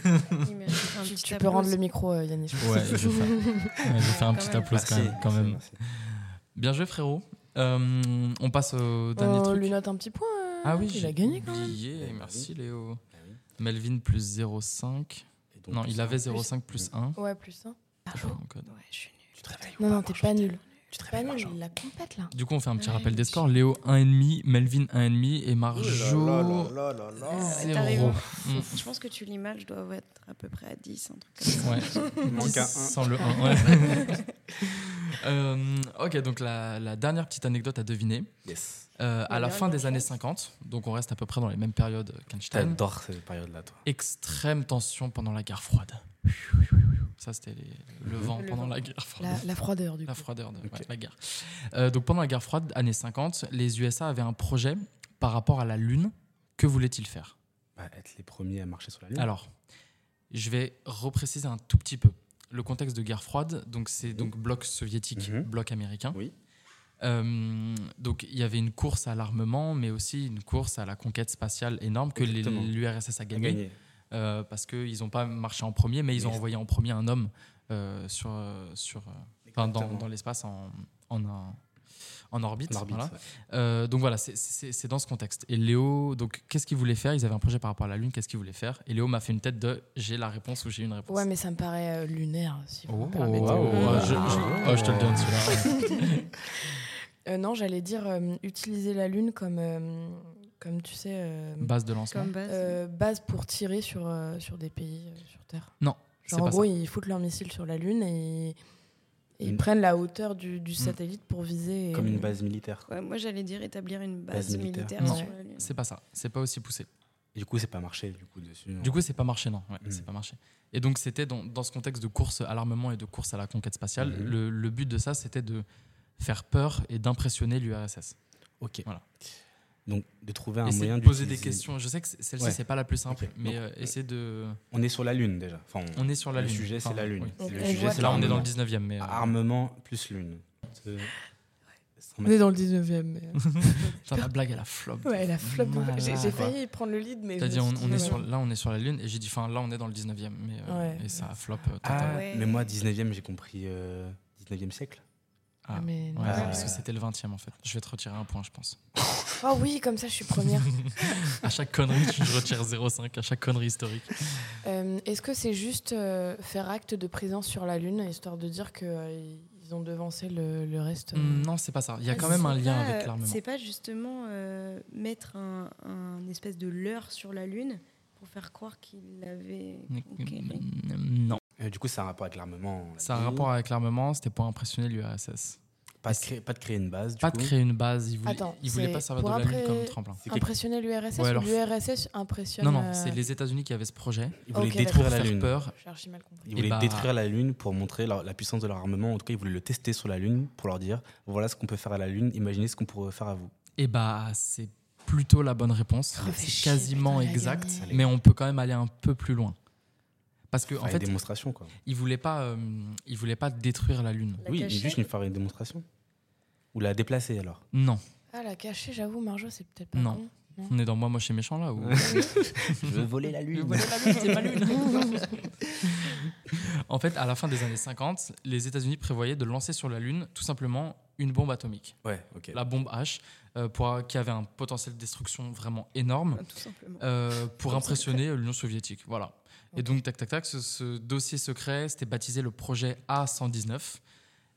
Il mérite un petit Tu peux tableau rendre le aussi. micro, euh, Yannis. Ouais, je vais faire, ouais, je vais faire un petit même. applause quand Merci, même, quand merci, même. merci. Bien joué, frérot. Euh, on passe au dernier Oh, On truc. lui note un petit point. euh, Ah oui, il j'ai a gagné quand même. oublié. Eh Merci, oui. Léo. Ah oui. Melvin plus 0,5. Et donc, Non, tout il ça. avait 0,5 Mm. plus 1. Ouais, plus un. Ouais, je suis nulle. Tu te réveilles ou Non, pas, non, t'es Marjorie pas nul. Tu te Pas réveilles, nul, Marjorie il la complète là. Du coup, on fait un petit Ouais, rappel des je- scores. Léo 1,5, Melvin 1,5 et Là, Marjo là, là, là, là. Ouais, t'arrives. 0. Mm. Je pense que tu lis mal, je dois être à peu près à 10, un truc comme ça. Ouais. Il manque un un. Sans le 1. ouais. Euh, ok, donc la, la dernière petite anecdote à deviner. Yes. Euh, à La la fin dernière des années chose. 50, donc on reste à peu près dans les mêmes périodes qu'Einstein, T'adores cette période-là, toi. extrême tension pendant la guerre froide. Ça, c'était les- le vent Le pendant vent. la guerre La, froide. la froideur, du La coup. froideur de ouais, Ok. la guerre. Euh, donc pendant la guerre froide, années 50, les USA avaient un projet par rapport à la Lune. Que voulaient-ils faire Bah, être les premiers à marcher sur la Lune. Alors, je vais repréciser un tout petit peu le contexte de guerre froide. Donc c'est donc bloc soviétique, Mhm. bloc américain. Oui. Euh, donc il y avait une course à l'armement, mais aussi une course à la conquête spatiale énorme que les- Exactement. l'URSS a À gagnée. gagner. euh, parce qu'ils n'ont pas marché en premier, mais ils ont Mais- envoyé en premier un homme euh, sur, euh, sur, euh, enfin, dans, Exactement. dans l'espace en, en, un- en orbite. En orbite, voilà. ouais. Euh, donc voilà, c'est- c'est c'est dans ce contexte. Et Léo, donc qu'est-ce qu'il voulait faire Ils avaient un projet par rapport à la Lune, qu'est-ce qu'ils voulaient faire Et Léo m'a fait une tête de j'ai la réponse ou j'ai une réponse. Ouais, mais ça me paraît euh, lunaire, si vous Oh, me permettez. waouh, ah, je, je- ah, je te le donne celui-là. Euh, non, j'allais dire euh, utiliser la lune comme, euh, comme tu sais, euh, Base de lancement. Comme base. euh, base pour tirer sur, euh, sur des pays euh, sur Terre. Non, c'est Genre, en pas gros, ça. Mm. ils foutent leur missile sur la lune et, et ils Une- prennent la hauteur du, du satellite pour viser. euh, et- Comme une base militaire. Ouais, moi, j'allais dire établir une Base base, militaire. militaire, Non. sur la Lune. C'est pas ça. C'est pas aussi poussé. Du coup, c'est pas marché du coup dessus. hein. Du coup, c'est pas marché, non. Ouais, Mhm. C'est pas marché. Et donc, c'était dans, dans ce contexte de course à l'armement et de course à la conquête spatiale. Mhm. Le, le but de ça, c'était de faire peur et d'impressionner l'URSS. ok. voilà. Donc de trouver un Essayer moyen de de poser des questions. Je sais que c'est- celle-ci, Ouais. c'est pas la plus simple, Ok. mais Donc, euh, essayer de. On est sur la Lune déjà. Enfin, on- On est sur la le Lune. sujet, c'est Enfin, la Lune. oui. C'est On- Le on sujet, voit c'est C'est là, on est dans l'armement. le 19e, mais. euh, Armement plus Lune. C'est- On est dans le 19e. mais- euh, putain, la blague, elle a flop. Ouais, la flop. Malade, J'ai j'ai quoi. failli prendre le lead, mais. je T'as me dit, on, suis dit, on est ouais. sur, là, on est sur la Lune, et j'ai dit, enfin, là, on est dans le 19e, mais, euh, Ouais. et ça flop euh, Ah, total. ouais. mais moi, 19e, j'ai compris euh, 19e siècle. Ah, Ah, mais non. Ouais, Ah. parce que c'était le 20e, en fait. Je vais te retirer un point, je pense. Ah oui, comme ça, je suis première. À chaque connerie, je retire 0,5 à chaque connerie historique. Euh, Est-ce que c'est juste euh, faire acte de présence sur la Lune, histoire de dire qu'ils ont devancé le, le reste euh, Hmm, Non, c'est pas ça. Il y a Ah, quand même un c'est lien pas, avec euh, l'armement. C'est pas justement euh, mettre un, un espèce de leurre sur la Lune pour faire croire qu'il l'avait conquérie. Non. Euh, du coup, ça a un rapport avec l'armement. on l'a Ça a un dit. rapport avec l'armement, c'était pour impressionner l'URSS. Pas de, créer, pas de créer une base. Du Pas coup. de créer une base, ils voulaient, Attends, ils voulaient c'est pas servir de pour la Lune après- comme tremplin. C'est quelque- Impressionner l'URSS Ouais, alors- ou l'URSS impressionne Non, non, euh, c'est les États-Unis qui avaient ce projet Ils voulaient Ok, pour détruire la faire Lune. peur. J'ai archi mal compris. Ils Et voulaient bah- détruire la Lune pour montrer leur- la puissance de leur armement. En tout cas, ils voulaient le tester sur la Lune pour leur dire voilà ce qu'on peut faire à la Lune, imaginez ce qu'on pourrait faire à vous. Et bah, c'est plutôt la bonne réponse. Oh, fais Ah, c'est chier, quasiment putain, elle a exact, gagné. mais on peut quand même aller un peu plus loin. Parce qu'en Enfin, en une fait, démonstration, quoi. ils voulaient pas, euh, ils voulaient pas détruire la Lune. La oui, cacher. juste une faire une démonstration. Ou la déplacer alors. Non, Ah, la cachée, j'avoue, Marjo, c'est peut-être pas Non. con. on est dans moi, moi, chez méchant là. Ou... Je veux voler la Lune. En fait, à la fin des années 50, les États-Unis prévoyaient de lancer sur la Lune tout simplement une bombe atomique, Ouais, ok. la bombe H, euh, pour, qui avait un potentiel de destruction vraiment énorme, Enfin, hein, Tout simplement. euh, pour Comme impressionner l'Union soviétique. Voilà. Et donc, tac, tac, tac, ce, ce dossier secret, c'était baptisé le projet A119.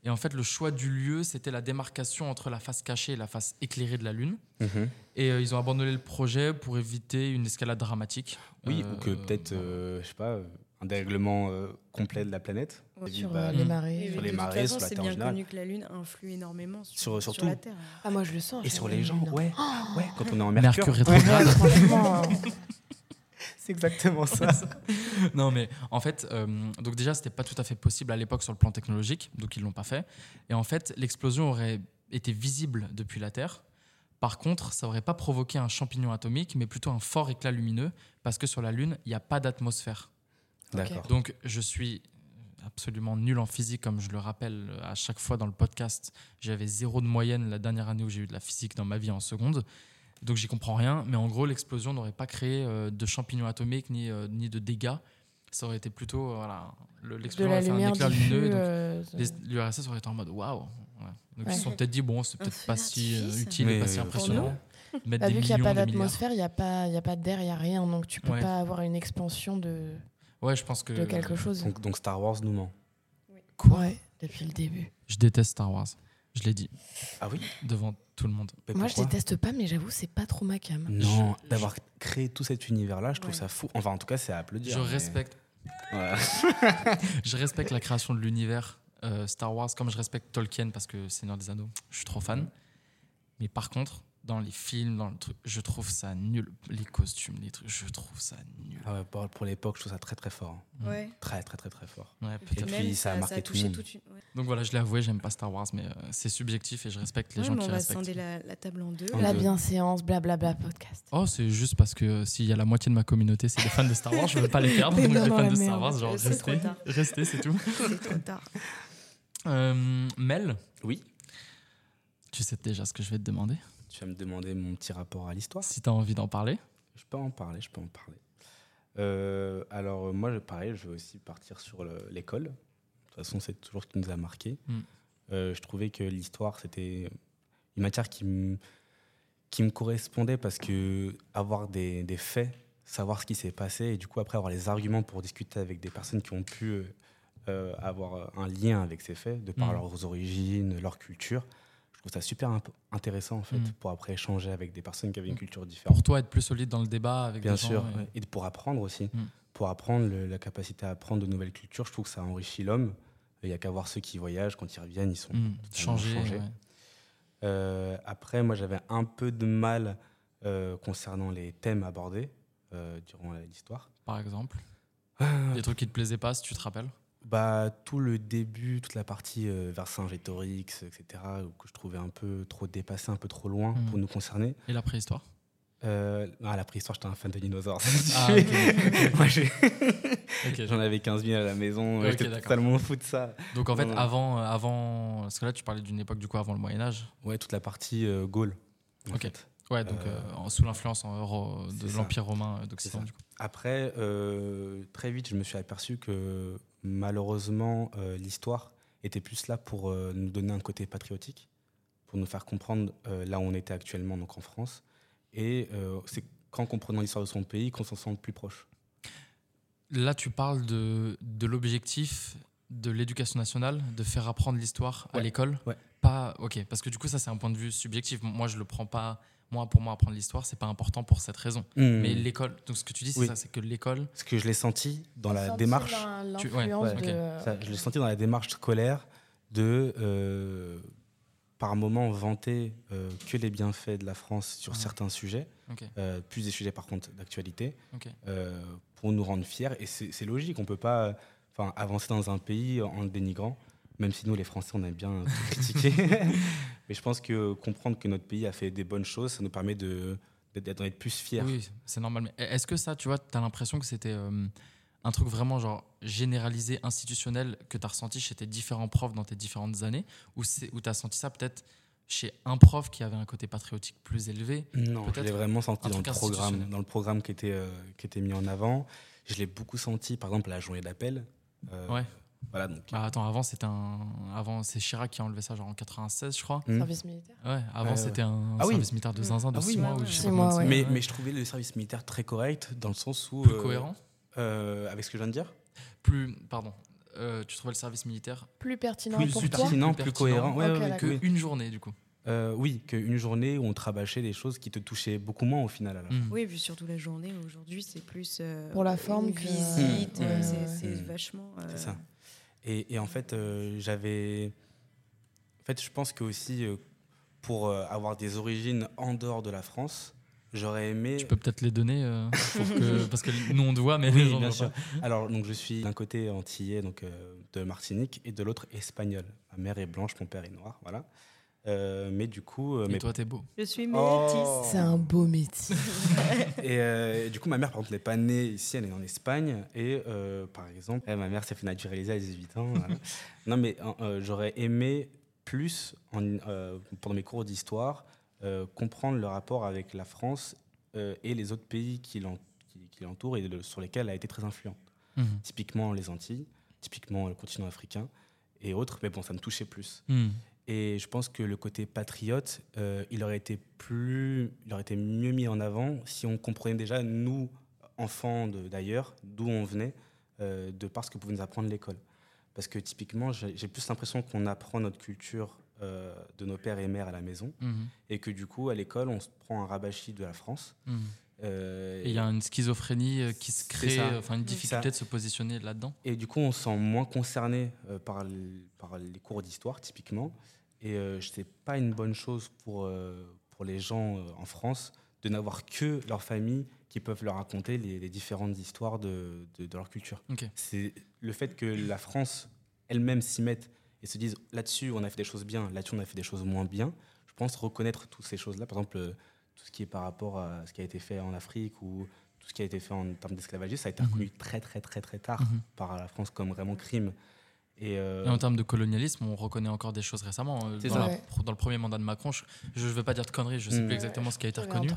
Et en fait, le choix du lieu, c'était la démarcation entre la face cachée et la face éclairée de la Lune. Mhm. Et euh, ils ont abandonné le projet pour éviter une escalade dramatique. Oui, Euh, ou que peut-être, euh, je sais pas, euh, un dérèglement euh, complet de la planète. Et puis, Sur bah, euh, les Mm. Mais marées. sur de les toute marées, façon, sur la c'est Terre en bien général. connu que la Lune influe énormément sur, Sur- sur surtout. la Terre. Ah, moi, je le sens. Et j'ai sur envie les de gens, le dire. ouais. ouais, quand on est en Mercure, Mercure. rétrograde. Franchement, euh, C'est exactement ça. non, mais en fait, euh, donc déjà, c'était pas tout à fait possible à l'époque sur le plan technologique, donc ils l'ont pas fait. Et en fait, l'explosion aurait été visible depuis la Terre. Par contre, ça aurait pas provoqué un champignon atomique, mais plutôt un fort éclat lumineux, parce que sur la Lune, il n'y a pas d'atmosphère. D'accord. Donc, je suis absolument nul en physique, comme je le rappelle euh, à chaque fois dans le podcast. J'avais zéro de moyenne la dernière année où j'ai eu de la physique dans ma vie en seconde. Donc, j'y comprends rien. Mais en gros, l'explosion n'aurait pas créé euh, de champignons atomiques ni, euh, ni de dégâts. Ça aurait été plutôt. euh, voilà, le- de l'explosion la aurait fait un lumière éclat diffuse. lumineux. donc euh, les- L'URSS aurait été en mode waouh! Ouais. Donc, ils Ouais. se sont peut-être dit, bon, c'est Un peut-être feu pas si euh, d'artifice. utile et Mais, pas si euh, impressionnant. Mettre Bah, des vu qu'il n'y a millions pas de milliards. d'atmosphère, il n'y a pas, il y a pas d'air, il n'y a rien, donc tu peux Ouais. Euh, pas avoir une expansion de, Ouais, je pense que. de quelque chose. Donc, donc Star Wars nous ment. Quoi Ouais, depuis le début. Je déteste Star Wars. Je l'ai dit Ah oui devant tout le monde. Mais Moi, je pourquoi déteste pas, mais j'avoue, c'est pas trop ma cam. Non, d'avoir créé tout cet univers-là, je trouve Ouais. ça fou. Enfin, en tout cas, c'est à applaudir. Je mais- respecte Ouais. Je respecte la création de l'univers Mhm. euh, Star Wars comme je respecte Tolkien parce que Seigneur des Anneaux, je suis trop fan. Mais par contre, dans les films, dans le truc. Je trouve ça nul. Les costumes, les trucs, je trouve ça nul. Ah ouais, pour, pour l'époque, je trouve ça très très fort. hein. Ouais. Très très très très fort. Ouais, Et peut-être. puis, même, ça a marqué tout le touché monde. toute une- ouais. Donc voilà, je l'ai avoué, j'aime pas Star Wars, mais euh, c'est subjectif et je respecte les Ouais, gens mais qui on va respectent. scinder la, la table en deux. En La deux. bienséance, blablabla podcast. Oh, c'est juste parce que euh, s'il y a la moitié de ma communauté, c'est des fans de Star Wars, je veux pas les perdre. T'es donc les dans fans la de Star merde. Wars, genre Euh, c'est restez, trop tard. restez, c'est tout. C'est trop tard. Mm. Euh, Mel, Oui. tu sais déjà ce que je vais te demander. Tu vas me demander mon petit rapport à l'histoire. Si t'as envie d'en parler, Je peux en parler, je peux en parler. Euh, alors, euh, moi, je- pareil, je vais aussi partir sur le- l'école. De toute façon, c'est toujours ce qui nous a marqué. Mm. Euh, je trouvais que l'histoire, c'était une matière qui me, qui me correspondait parce que avoir des, des faits, savoir ce qui s'est passé et du coup, après, avoir les arguments pour discuter avec des personnes qui ont pu euh, euh, avoir un lien avec ces faits, de par Mm. leurs origines, leur culture. Je trouve ça super imp- intéressant, en fait, Mm. pour après échanger avec des personnes qui avaient une Mm. culture différente. pour toi, être plus solide dans le débat avec Bien des gens, sûr, euh, ouais. et pour apprendre aussi. Mm. Pour apprendre, le- la capacité à apprendre de nouvelles cultures, je trouve que ça enrichit l'homme. Il n'y a qu'à voir ceux qui voyagent, quand ils reviennent, ils sont... hmm, totalement changer. changer. ouais. Euh, après, moi, j'avais un peu de mal euh, concernant les thèmes abordés euh, durant la- l'histoire. par exemple Ah. Des trucs qui te plaisaient pas, si tu te rappelles Bah, tout le début, toute la partie euh, Vercingétorix, etc., où que je trouvais un peu trop dépassé, un peu trop loin Mm. pour nous concerner. Et la préhistoire Euh, ah, la préhistoire, j'étais un fan de dinosaures. Ah, ok, ok, Moi, j'ai- ok. J'en avais 15 000 à la maison, Ok, j'étais d'accord. totalement fou de ça. Donc en fait, Ouais. avant, euh, avant. Parce que là, tu parlais d'une époque du coup avant le Moyen-Âge. Ouais, toute la partie euh, Gaule. en Ok. fait. Ouais, donc Euh, euh, en- sous l'influence en euro- de c'est ça. l'Empire romain euh, C'est d'Occident. ça. du coup. Après, euh, très vite, je me suis aperçu que malheureusement, euh, l'histoire était plus là pour euh, nous donner un côté patriotique, pour nous faire comprendre euh, là où on était actuellement, donc en France. Et euh, c'est qu'en comprenant l'histoire de son pays qu'on s'en sent plus proche. Là, tu parles de, de l'objectif de l'éducation nationale, de faire apprendre l'histoire à Ouais. l'école. Ouais. Pas, ok, parce que du coup, ça, c'est un point de vue subjectif. Moi, je le prends pas. Moi, pour moi, apprendre l'histoire, c'est pas important pour cette raison. Hmm. Mais l'école, donc ce que tu dis, c'est Oui. ça, c'est que l'école. Parce que je l'ai senti dans la Sentir démarche. l'in- Tu- ouais, l'influence ouais, de- Ça, je l'ai senti dans la démarche scolaire de, euh, par moments, vanter euh, que les bienfaits de la France sur Ouais. certains sujets, Ok. euh, plus des sujets par contre d'actualité, Ok. euh, pour nous rendre fiers. Et c'est c'est logique, on ne peut pas euh, enfin, avancer dans un pays en le dénigrant, même si nous, les Français, on aime bien tout critiquer. Mais je pense que comprendre que notre pays a fait des bonnes choses, ça nous permet de- d'être d'être plus fiers. Oui, c'est normal. Mais est-ce que ça, tu vois, tu as l'impression que c'était euh, un truc vraiment genre généralisé, institutionnel, que tu as ressenti chez tes différents profs dans tes différentes années Ou tu as senti ça peut-être chez un prof qui avait un côté patriotique plus élevé Non, je Peut-être l'ai vraiment senti un dans le, truc programme, institutionnel. dans le programme qui était, euh, qui était mis en avant. Je l'ai beaucoup senti, par exemple, à la journée d'appel. Euh, Ouais. Voilà, donc. Bah, Attends, avant, c'était un... avant c'est Chirac qui a enlevé ça genre en 96, je crois. Hmm. Service militaire. Ouais, avant, Ouais, c'était un Ah oui. service militaire de zinzin de Ah 6 oui. mois. Ouais, ou je ouais. Six sais pas combien de mois, ouais. Mais, semaines. mais je trouvais le service militaire très correct, dans le sens où. plus euh, cohérent, euh, Avec ce que je viens de dire plus. Pardon. Euh, tu trouvais le service militaire Plus pertinent Plus pour toi pertinent, plus Pertinent. cohérent. Ouais, Ok, ouais, ouais, d'accord. que oui. une journée du coup. Euh, oui, qu'une journée où on rabâchait des choses qui te touchaient beaucoup moins au final. alors. Hmm. Oui, et puis surtout la journée, aujourd'hui, c'est plus. euh, Pour la forme une que- visite, Ouais, euh, ouais, c'est ouais. c'est Mm. vachement. euh, C'est ça. Et, et en fait, euh, j'avais. En fait, je pense que aussi, euh, pour euh, avoir des origines en dehors de la France, j'aurais aimé. Tu peux peut-être les donner euh, pour que- parce que nous on te voit, mais les Oui, gens bien voient sûr. pas. Alors, donc, je suis d'un côté antillais, donc euh, de Martinique, et de l'autre espagnol. Ma mère est blanche, mon père est noir, voilà. Euh, mais du coup, euh, Et mes- toi t'es beau. Je suis Oh. métisse. C'est un beau métier. et, euh, et du coup, ma mère, par contre, n'est pas née ici, elle est en Espagne. Et euh, par exemple, eh, ma mère s'est fait naturaliser à 18 ans. voilà. non, mais euh, j'aurais aimé plus, en, euh, pendant mes cours d'histoire, euh, comprendre le rapport avec la France euh, et les autres pays qui l'en- qui- qui l'entourent et de- sur lesquels elle a été très influente. Mhm. typiquement les Antilles, typiquement le continent africain et autres, mais bon, ça me touchait plus. Mhm. Et je pense que le côté patriote, euh, il aurait été plus, il aurait été mieux mis en avant si on comprenait déjà nous, enfants de- d'ailleurs, d'où on venait, euh, de par ce que pouvait nous apprendre l'école. Parce que typiquement, j'ai j'ai plus l'impression qu'on apprend notre culture euh, de nos pères et mères à la maison, Mhm. et que du coup, à l'école, on se prend un rabâchis de la France. Mhm. euh, Et il y a une schizophrénie euh, qui se C'est crée, ça. euh, enfin une C'est difficulté ça. de se positionner là-dedans. Et du coup, on se sent moins concerné euh, par, l- par les cours d'histoire, typiquement. Et euh, c'est pas une bonne chose pour, euh, pour pour les gens euh, en France de n'avoir que leur famille qui peuvent leur raconter les, les différentes histoires de, de- de leur culture. Ok. C'est le fait que la France elle-même s'y mette et se dise là-dessus on a fait des choses bien, là-dessus on a fait des choses moins bien. Je pense reconnaître toutes ces choses-là, par exemple euh, tout ce qui est par rapport à ce qui a été fait en Afrique ou tout ce qui a été fait en termes d'esclavagisme, ça a été Mhm. reconnu très très très très tard Mhm. par la France comme vraiment crime. Et, euh, Et en termes de colonialisme, on reconnaît encore des choses récemment. euh, C'est Dans, ça. la- Ouais. pro- dans le premier mandat de Macron, je ne veux pas dire de conneries, je ne sais Mm. plus exactement ce qui a été reconnu.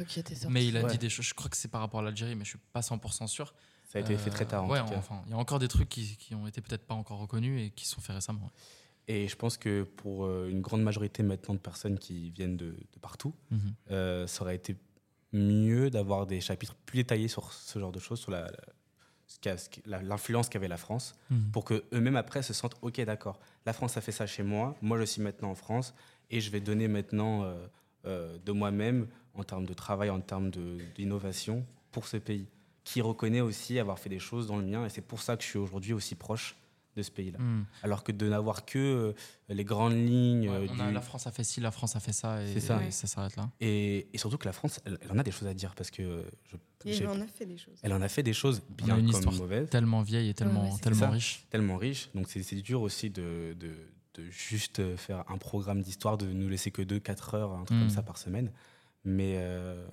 Mais il a dit des choses, je crois que c'est par rapport à l'Algérie, mais je suis pas 100% sûr. ça a été Euh, fait très tard en ouais, tout cas. enfin, il y a encore des trucs qui, qui ont été peut-être pas encore reconnus et qui sont faits récemment. ouais. Et je pense que pour euh, une grande majorité maintenant de personnes qui viennent de, de partout, Mhm. euh, ça aurait été mieux d'avoir des chapitres plus détaillés sur ce genre de choses, sur la- la- ce qu'a- ce qui- la- l'influence qu'avait la France, Mhm. pour que eux-mêmes après se sentent ok d'accord, la France a fait ça chez moi, moi je suis maintenant en France et je vais donner maintenant euh, euh, de moi-même en termes de travail, en termes de- d'innovation pour ce pays, qui reconnaît aussi avoir fait des choses dans le mien et c'est pour ça que je suis aujourd'hui aussi proche de ce pays-là. Mm. Alors que de n'avoir que euh, les grandes lignes Ouais, euh, on a du- la France a fait ci, la France a fait ça, et C'est ça. et ça s'arrête là. et, et surtout que la France, elle, elle en a des choses à dire parce que euh, je- Et j'ai- on a fait des choses. elle en a fait des choses bien une comme histoire mauvaises, Tellement vieille et tellement, ouais, c'est ça. tellement riche. tellement riches. Donc c'est c'est dur aussi de, de, de juste euh, faire un programme d'histoire, de nous laisser que 2-4 heures, un truc Mm. comme ça par semaine. Mais, euh,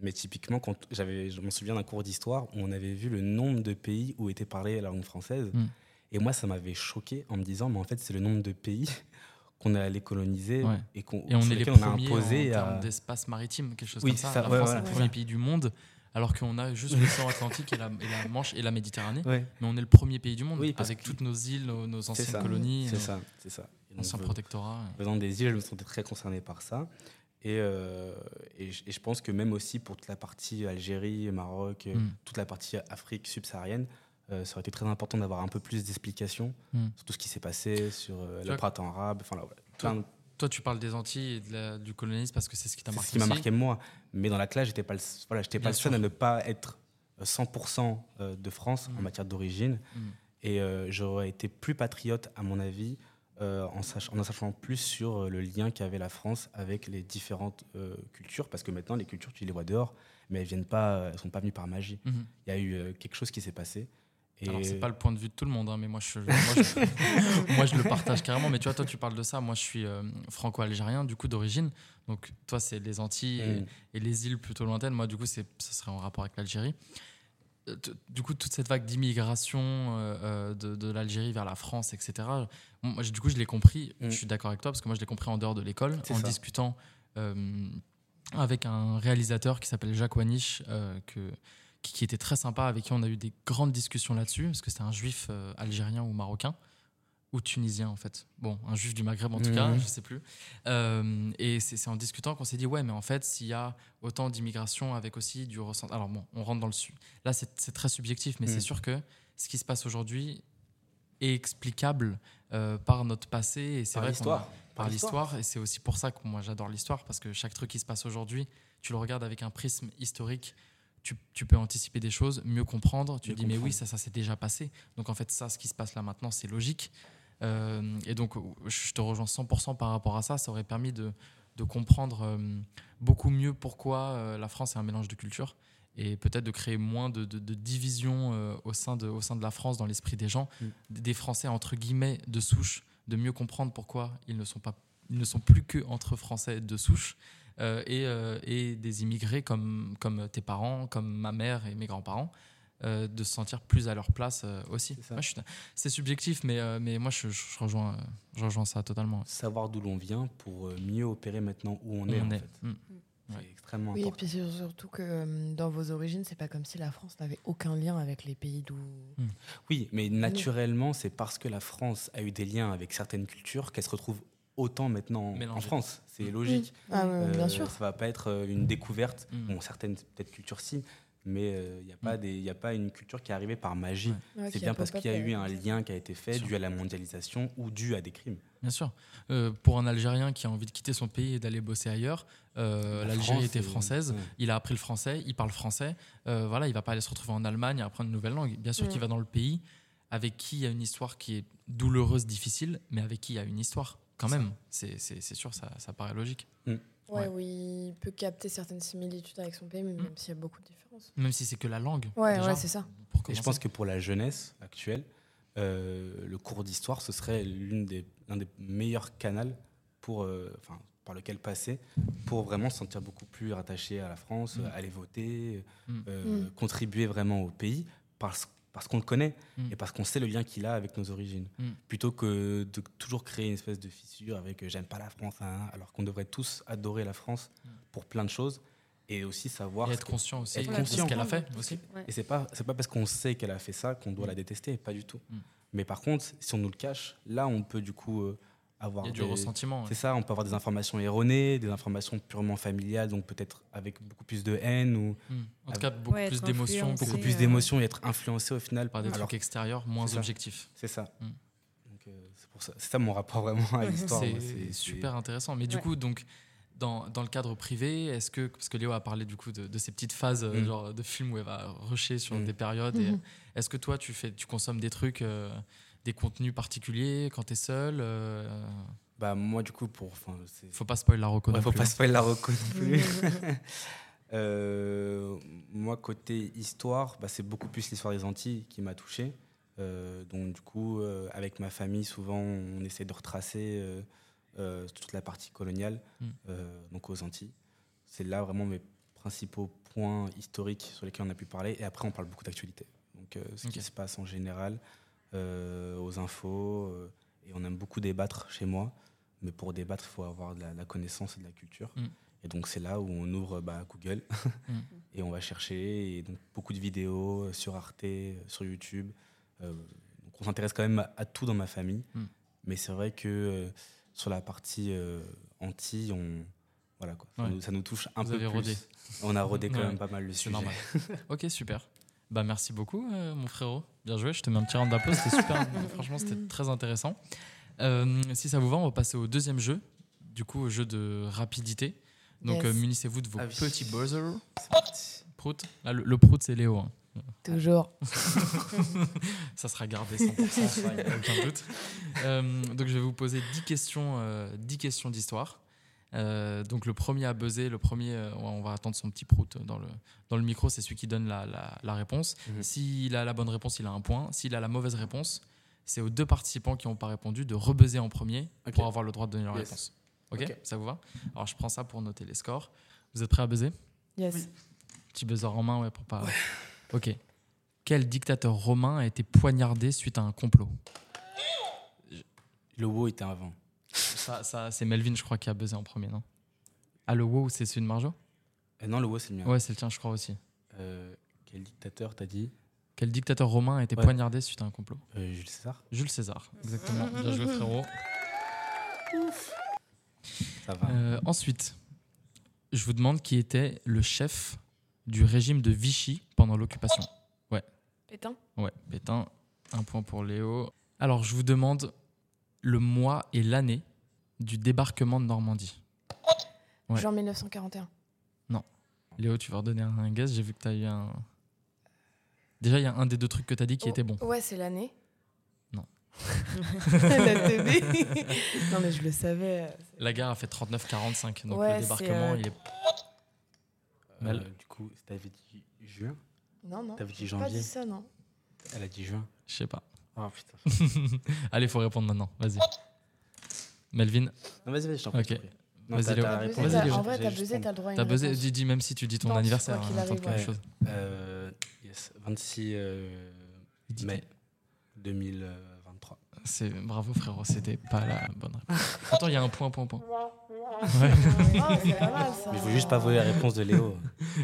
mais typiquement, quand j'avais, je m'en souviens d'un cours d'histoire où on avait vu le nombre de pays où était parlée la langue française. Mm. Et moi, ça m'avait choqué en me disant, mais en fait, c'est le nombre de pays qu'on est allé coloniser Ouais. et qu'on Et on sur est les lesquels on a premiers imposé en à- termes d'espace maritime, quelque chose Oui, comme ça. ça, la ouais, France voilà, est le c'est premier ça. pays du monde, alors qu'on a juste l'océan Atlantique et la, et la Manche et la Méditerranée. Ouais. Mais on est le premier pays du monde, Oui, parce avec que- toutes nos îles, nos, nos anciennes ça. colonies, euh, C'est nos ça, c'est ça. Et donc, anciens euh, protectorats. venant des îles, je me sentais très concerné par ça. Et, euh, et, je, et je pense que même aussi pour toute la partie Algérie, Maroc, euh, Mm. toute la partie Afrique subsaharienne, euh, ça aurait été très important d'avoir un peu plus d'explications Mm. sur tout ce qui s'est passé, sur euh, Tu le vois- printemps arabe, enfin là, voilà, Toi, plein de- Toi, tu parles des Antilles et de la- du colonialisme parce que c'est ce qui t'a c'est marqué. ce qui m'a aussi. marqué moi. Mais dans la classe, j'étais pas le, voilà, j'étais Bien pas le seul à sûr. ne pas être 100% euh, de France en Mm. matière d'origine. Mm. Et euh, j'aurais été plus patriote, à mon avis, euh, en, sach- en en sachant plus sur euh, le lien qu'avait la France avec les différentes euh, cultures. Parce que maintenant, les cultures, tu les vois dehors, mais elles viennent pas, euh, elles sont pas venues par magie. Mhm. Il y a eu euh, quelque chose qui s'est passé. Et Alors, c'est pas le point de vue de tout le monde, hein, mais moi je, moi, je, moi, je le partage carrément. Mais tu vois, toi, tu parles de ça. Moi, je suis euh, franco-algérien, du coup, d'origine. Donc, toi, c'est les Antilles et- Mm. et, les îles plutôt lointaines. Moi, du coup, c'est- ça serait en rapport avec l'Algérie. Euh, t- Du coup, toute cette vague d'immigration euh, euh, de, de l'Algérie vers la France, etc., moi, je- du coup, je l'ai compris. Mm. Je suis d'accord avec toi, parce que moi, je l'ai compris en dehors de l'école, C'est en ça. discutant euh, avec un réalisateur qui s'appelle Jacques Wanish, euh, que, qui, qui était très sympa, avec qui on a eu des grandes discussions là-dessus, parce que c'était un juif euh, algérien ou marocain, ou tunisien en fait. Bon, un juif du Maghreb en tout Mhm. cas, je sais plus. Euh, et c'est c'est en discutant qu'on s'est dit, ouais, mais en fait, s'il y a autant d'immigration avec aussi du ressenti. Alors bon, on rentre dans le sud. Là, c'est c'est très subjectif, mais Mhm. c'est sûr que ce qui se passe aujourd'hui est explicable euh, par notre passé. Et c'est par vrai qu'on a- l'histoire. par l'histoire. Et c'est aussi pour ça que moi j'adore l'histoire, parce que chaque truc qui se passe aujourd'hui, tu le regardes avec un prisme historique. Tu, tu peux anticiper des choses, mieux comprendre. Tu Mieux dis, mais oui, comprendre. ça, ça s'est déjà passé. Donc en fait, ça, ce qui se passe là maintenant, c'est logique. Euh, et donc, je te rejoins 100% par rapport à ça. Ça aurait permis de, de comprendre euh, beaucoup mieux pourquoi euh, la France est un mélange de cultures et peut-être de créer moins de, de, de divisions euh, au, sein de, au sein de la France dans l'esprit des gens, Mm. des- des Français entre guillemets de souche, de mieux comprendre pourquoi ils ne sont, pas, ils ne sont plus que entre Français de souche euh, et, euh, et des immigrés comme, comme tes parents, comme ma mère et mes grands-parents. euh, de se sentir plus à leur place euh, aussi. C'est ça. Moi, je suis- C'est subjectif, mais, euh, mais moi je, je rejoins, euh, je rejoins ça totalement. Savoir d'où l'on vient pour euh, mieux opérer maintenant où on est, en fait. Mm. C'est Ouais. extrêmement Oui, et important. puis sur- surtout que euh, dans vos origines, c'est pas comme si la France n'avait aucun lien avec les pays d'où. Oui, mais naturellement, c'est parce que la France a eu des liens avec certaines cultures qu'elle se retrouve autant maintenant en- en Mélangée. France. C'est Mm. logique. Ah, ouais, Euh, bien sûr. Ça va pas être euh, une découverte. Mm. Bon, certaines peut-être cultures si, mais il n'y a pas des, y a pas une culture qui est arrivée par magie. Ouais. Ouais, qui C'est bien pop-up, parce qu'il y a euh, eu un lien qui a été fait Sûr. dû à la mondialisation ou dû à des crimes. Bien sûr. Euh, pour un Algérien qui a envie de quitter son pays et d'aller bosser ailleurs, euh, La l'Algérie France, était euh, française, ouais. il a appris le français, il parle français, euh, voilà, il va pas aller se retrouver en Allemagne à apprendre une nouvelle langue. Bien sûr Mm. qu'il va dans le pays avec qui il y a une histoire qui est douloureuse, difficile, mais avec qui il y a une histoire quand même. C'est c'est- c'est sûr, ça, ça paraît logique. Ouais, Ouais. où il peut capter certaines similitudes avec son pays, mais même s'il y a beaucoup de différences. Même si c'est que la langue. Hmm. Ouais, déjà, ouais, c'est ça. pour Et je commencer. pense que pour la jeunesse actuelle, euh, le cours d'histoire, ce serait l'une des, l'un des meilleurs canaux pour, euh, enfin, par lequel passer pour vraiment se sentir beaucoup plus rattaché à la France, Mm. euh, aller voter, Mm. euh, Mm. contribuer vraiment au pays parce, parce qu'on le connaît Mm. et parce qu'on sait le lien qu'il a avec nos origines. Mm. Plutôt que de toujours créer une espèce de fissure avec euh, j'aime pas la France, hein, alors qu'on devrait tous adorer la France Mm. pour plein de choses et aussi savoir Et ce être que- conscient aussi Être de conscient. ce qu'elle a fait aussi. Ouais. et c'est pas c'est pas parce qu'on sait qu'elle a fait ça qu'on doit la détester, pas du tout. Mm. Mais par contre, si on nous le cache, là on peut du coup euh, avoir Il y a du des- ressentiment. ouais. C'est ça, on peut avoir des informations erronées, des informations purement familiales, donc peut-être avec beaucoup plus de haine ou Mm. En tout cas, beaucoup Ouais, plus être d'émotions, influencé. beaucoup beaucoup plus plus euh, d'émotions et être influencé au final par des Alors, trucs extérieurs, moins c'est ça. objectifs. C'est ça. Mm. Donc, euh, c'est pour ça. C'est ça mon rapport vraiment à l'histoire. moi, C'est super intéressant. Mais du Ouais. coup, donc, dans, dans le cadre privé, est-ce que. Parce que Léo a parlé du coup de, de ces petites phases euh, Mm. genre, de films où elle va rusher sur Mm. des périodes. et, euh, Est-ce que toi, tu, fais, tu consommes des trucs, euh, des contenus particuliers quand t'es seul euh, Bah moi du coup pour. enfin, c'est- Faut pas spoiler la reco. Ouais, non faut plus, pas hein. spoiler la reco non plus. Euh, moi, côté histoire, bah, c'est beaucoup plus l'histoire des Antilles qui m'a touché. Euh, donc, du coup, euh, avec ma famille, souvent, on essaie de retracer euh, euh, toute la partie coloniale, Mm. euh, donc aux Antilles. C'est là vraiment mes principaux points historiques sur lesquels on a pu parler. Et après, on parle beaucoup d'actualité. Donc, euh, ce qui Ok. se passe en général, euh, aux infos. euh, et on aime beaucoup débattre chez moi. Mais pour débattre, il faut avoir de la, la connaissance et de la culture. Mm. Et donc, c'est là où on ouvre bah, Google Mm. et on va chercher. Et donc, beaucoup de vidéos euh, sur Arte, euh, sur YouTube. Euh, donc, on s'intéresse quand même à, à tout dans ma famille. Mm. Mais c'est vrai que euh, sur la partie euh, anti, on. Voilà quoi. Ça, Ouais. nous, ça nous touche un Vous peu avez plus. rodé. On a rodé quand Ouais. même pas mal le C'est sujet. normal. ok, super. Bah, merci beaucoup, euh, mon frérot. Bien joué. Je te mets un petit round d'applaudissements. C'était super. franchement, c'était très intéressant. Euh, si ça vous va, on va passer au deuxième jeu. Du coup, au jeu de rapidité. Donc, Yes. euh, munissez-vous de vos Ah oui. petits buzzers. C'est parti. Prout. Là, le, le prout, c'est Léo. hein. Toujours. Ça sera gardé 100%, ça, il y a aucun doute. Euh, donc, je vais vous poser 10 questions euh, 10 questions d'histoire. Euh, donc, le premier à buzzer, le premier, euh, on va attendre son petit prout dans le, dans le micro, c'est celui qui donne la, la- la réponse. Mhm. S'il a la bonne réponse, il a un point. S'il a la mauvaise réponse, c'est aux deux participants qui n'ont pas répondu de rebuzzer en premier Ok. pour avoir le droit de donner leur Yes. réponse. Ok, Ok. ça vous va Alors, je prends ça pour noter les scores. Vous êtes prêts à buzzer Yes. Petit buzzer en main, ouais, pour pas. Ok. Quel dictateur romain a été poignardé suite à un complot Le WoW était avant. Ça, ça, c'est Melvin, je crois, qui a buzzé en premier, non Ah, le wow, c'est celui de Marjo Euh, non, le WoW, c'est le mien. Ouais, c'est le tien, je crois aussi. Euh, quel dictateur t'as dit Quel dictateur romain a été Ouais. poignardé suite à un complot Euh, Jules César Jules César. Exactement. Bien joué, frérot. Ça va. Euh, ensuite, je vous demande qui était le chef du régime de Vichy pendant l'occupation. Pétain. Ouais, Pétain, un point pour Léo. Alors, je vous demande le mois et l'année du débarquement de Normandie. Ouais. Genre 1941. Léo, tu vas redonner un guess. J'ai vu que tu as eu un. Déjà, il y a un des deux trucs que tu as dit qui Oh, était bon. Ouais, c'est l'année. Non. La TV. non, mais je le savais. euh, La guerre a fait 39-45, donc Ouais, le c'est, débarquement, euh, il est. Euh, Mal. du coup, t'avais dit juin Non, non. T'avais dit J'ai pas janvier dit ça, non. Elle a dit juin. Je sais pas. Ah putain. Allez, faut répondre maintenant. Vas-y. Melvin, Non, vas-y, vas-y, je t'en prie. Ok. je t'en prie. Non, Vas-y, t'as- Léo. t'as la T'as réponse. Vas-y, buzzé, t'as- Léo. en vrai, J'ai t'as juste buzzé, une- t'as le droit à une t'as buzzé. réponse. Dis, dis, même si tu dis ton Non, quoi anniversaire, qu'il hein, arrive, t'entends quelque ouais. chose. Euh, yes, 26 euh, Il dit mai 2023. C'est bravo frérot, c'était pas la bonne réponse. Attends, il y a un point, point, point. Ah, c'est pas mal, ça. Mais je veux juste pas voler la réponse de Léo.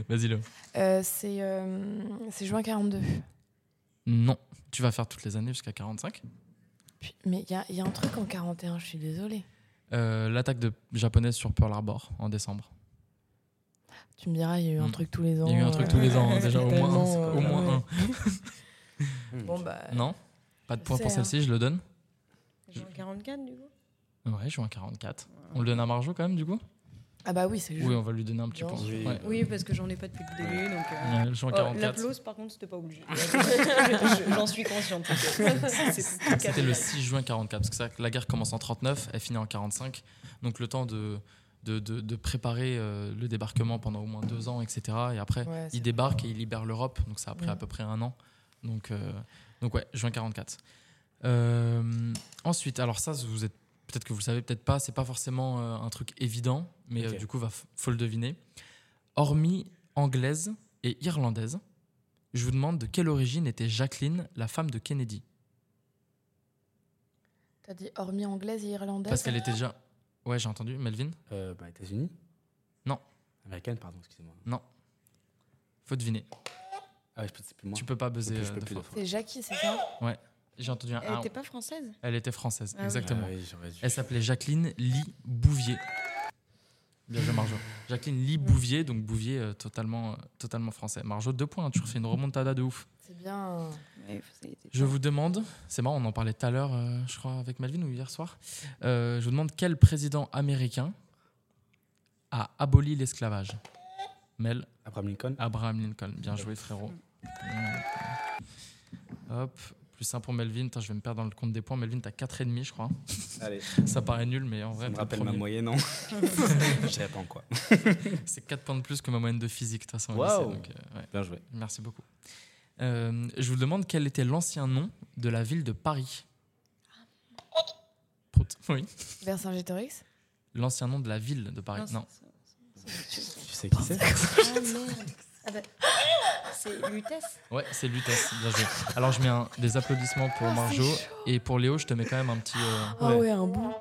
Vas-y Léo. Euh, c'est, euh, c'est juin 42. Non, tu vas faire toutes les années jusqu'à 45. Puis- Mais il y a, il y a un truc en 41, je suis désolée. Euh, L'attaque de japonaise sur Pearl Harbor en décembre. Tu me diras, il y a eu un Mm. truc tous les ans. Il y a eu un truc euh, tous les ans, hein, déjà au moins, tellement, un, c'est pas- euh, au moins ouais. un. Bon, bah. Non, pas de point pour C'est, celle-ci, je le donne. Genre 44 du coup. Ouais, je suis en 44. On le donne à Marjo quand même du coup Ah, bah oui, c'est Oui, juste. on va lui donner un petit Bien point. joué. Ouais. Oui, parce que j'en ai pas depuis le début. Donc, euh, Ouais, je suis en oh, 44. L'applause, par contre, c'était pas obligé. Je- J'en suis consciente. C'était C'était le 6 juin 44 parce que ça, la guerre commence en 39, elle finit en 45. Donc le temps de de, de- de préparer euh, le débarquement pendant au moins deux ans, etc. Et après, Ouais, c'est ils débarquent et ils libèrent l'Europe. Donc ça a pris Ouais. à peu près un an. Donc, euh, donc ouais, juin 44. Euh, ensuite, alors ça, vous êtes peut-être que vous le savez, peut-être pas. C'est pas forcément euh, un truc évident, mais Ok. euh, du coup, va f- faut le deviner. Hormis anglaise et irlandaise, je vous demande de quelle origine était Jacqueline, la femme de Kennedy, T'as dit hormis anglaise et irlandaise parce qu'elle était déjà. Ouais, j'ai entendu, Melvin. Euh, bah, États-Unis Non. Américaine, pardon, excusez-moi. Faut deviner. Ah, je peux, c'est plus moi. Tu peux pas Je peux buzzer. plus- je euh, peux deux plus fois. de fois. C'est Jackie, c'est ça J'ai entendu un. Elle ah, n'était pas française Elle était française, Ah oui. exactement. Ah oui, j'aurais dû. Elle s'appelait Jacqueline Lee Bouvier. Bien joué, Marjo. Jacqueline Lee Bouvier, donc Bouvier euh, totalement, euh, totalement français. Marjo, deux points, hein, tu refais une remontada de ouf. C'est bien. euh, Ouais, ça y était. Je vous demande, c'est marrant, on en parlait tout à l'heure, euh, je crois, avec Malvin ou hier soir. Euh, je vous demande quel président américain a aboli l'esclavage Mel Abraham Lincoln Abraham Lincoln. Bien joué, frérot. Hop, plus un pour Melvin. Putain, je vais me perdre dans le compte des points. Melvin, t'as 4,5, je crois. Allez, Ça paraît nul, mais en vrai, ça me t'es rappelle premier. ma moyenne, non Je savais pas en quoi. C'est 4 points de plus que ma moyenne de physique, de toute façon, au Waouh. lycée, donc, euh, ouais. Bien joué. Merci beaucoup. Euh, je vous demande quel était l'ancien nom de la ville de Paris. Prout. Oui. Vercingétorix L'ancien nom de la ville de Paris. Non. c'est- c'est- c'est- Tu sais qui c'est Ah merde Ah bah, C'est Lutèce Ouais, c'est Lutèce. Bien joué. Alors je mets un- des applaudissements pour Marjo et pour Léo, je te mets quand même un petit. euh, Ah ouais. un bon.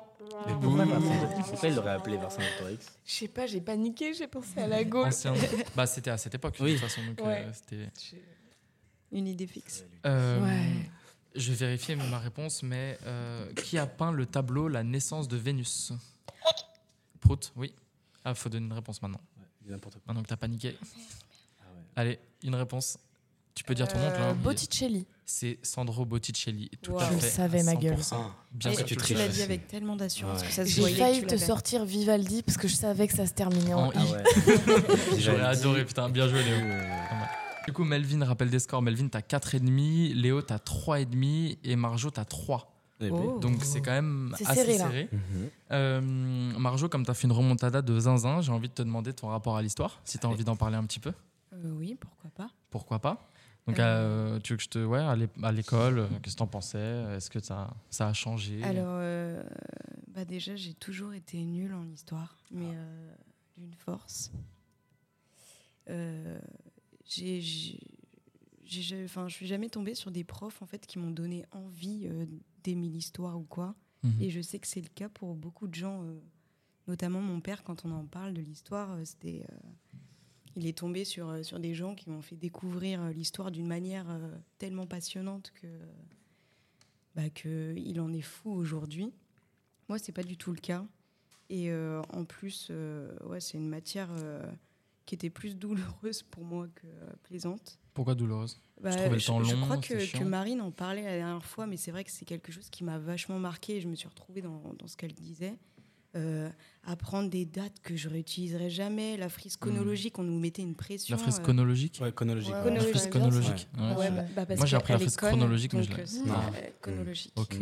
Mais pourquoi, Vercingétorix pourquoi il l'aurait appelé Vercingétorix Je sais pas, j'ai paniqué, j'ai pensé à la Gaule. ancien nom. Bah c'était à cette époque. De Oui. toute façon, donc, euh, Ouais. c'était. Une idée fixe. Euh, Ouais. Je vais vérifier ma réponse, mais euh, qui a peint le tableau La naissance de Vénus Prout, oui. Ah, faut donner une réponse maintenant. Il dit N'importe quoi. Maintenant que t'as paniqué. Ah ouais. Allez, une réponse. Tu peux dire ton nom, Euh, là. hein. Botticelli. C'est Sandro Botticelli. Tout Wow. à Je le fait, à savais, ma gueule. 100%. Ah, Bien Et sûr, que tu tu le Tu triches. l'as savais. dit avec tellement d'assurance Ouais. que ça se J'ai voyait. que failli tu te l'avais. sortir Vivaldi parce que je savais que ça se terminait en. En- Ah ouais. J'aurais J'avais dit- adoré, putain. Bien joué, Léo. Euh, Du coup, Melvin rappelle des scores. Melvin, t'as 4,5. Léo, t'as 3,5. Et Marjo, t'as 3. eh ben. Oh. Donc, c'est quand même C'est assez serré. serré, là. Mhm. Euh, Marjo, comme t'as fait une remontada de zinzin, j'ai envie de te demander ton rapport à l'histoire. Si t'as Allez. envie d'en parler un petit peu, Euh, oui, pourquoi pas. pourquoi pas donc, Euh. euh, tu veux que je te. Ouais, à l'é- à l'école, euh, qu'est-ce que t'en pensais Est-ce que ça, ça a changé Alors, euh, bah déjà, j'ai toujours été nulle en histoire, mais euh, d'une force. Euh, j'ai, j'ai, j'ai ja- enfin, je suis jamais tombée sur des profs en fait qui m'ont donné envie euh, d'aimer l'histoire ou quoi. Mhm. Et je sais que c'est le cas pour beaucoup de gens, euh, notamment mon père. Quand on en parle de l'histoire, euh, c'était, euh, il est tombé sur euh, sur des gens qui m'ont fait découvrir euh, l'histoire d'une manière euh, tellement passionnante que bah, qu'il en est fou aujourd'hui. Moi, c'est pas du tout le cas. Et euh, en plus, euh, ouais, c'est une matière euh, qui était plus douloureuse pour moi que euh, plaisante. Pourquoi douloureuse Bah, trouvais le temps long, crois c'est que, chiant. que Marine en parlait la dernière fois, mais c'est vrai que c'est quelque chose qui m'a vachement marqué et je me suis retrouvée dans, dans ce qu'elle disait. Euh, apprendre des dates que je réutiliserai jamais, la frise chronologique, on nous mettait une pression. Hmm. La frise euh, chronologique Ouais, chronologique. Ouais, ouais. La frise ouais, chronologique ouais. ouais. Ouais, bah, bah, parce Moi, j'ai que appris la elle est frise conne, chronologique, mais je donc, l'ai- euh, c'est, Non. euh, chronologique. Ok. Ouais,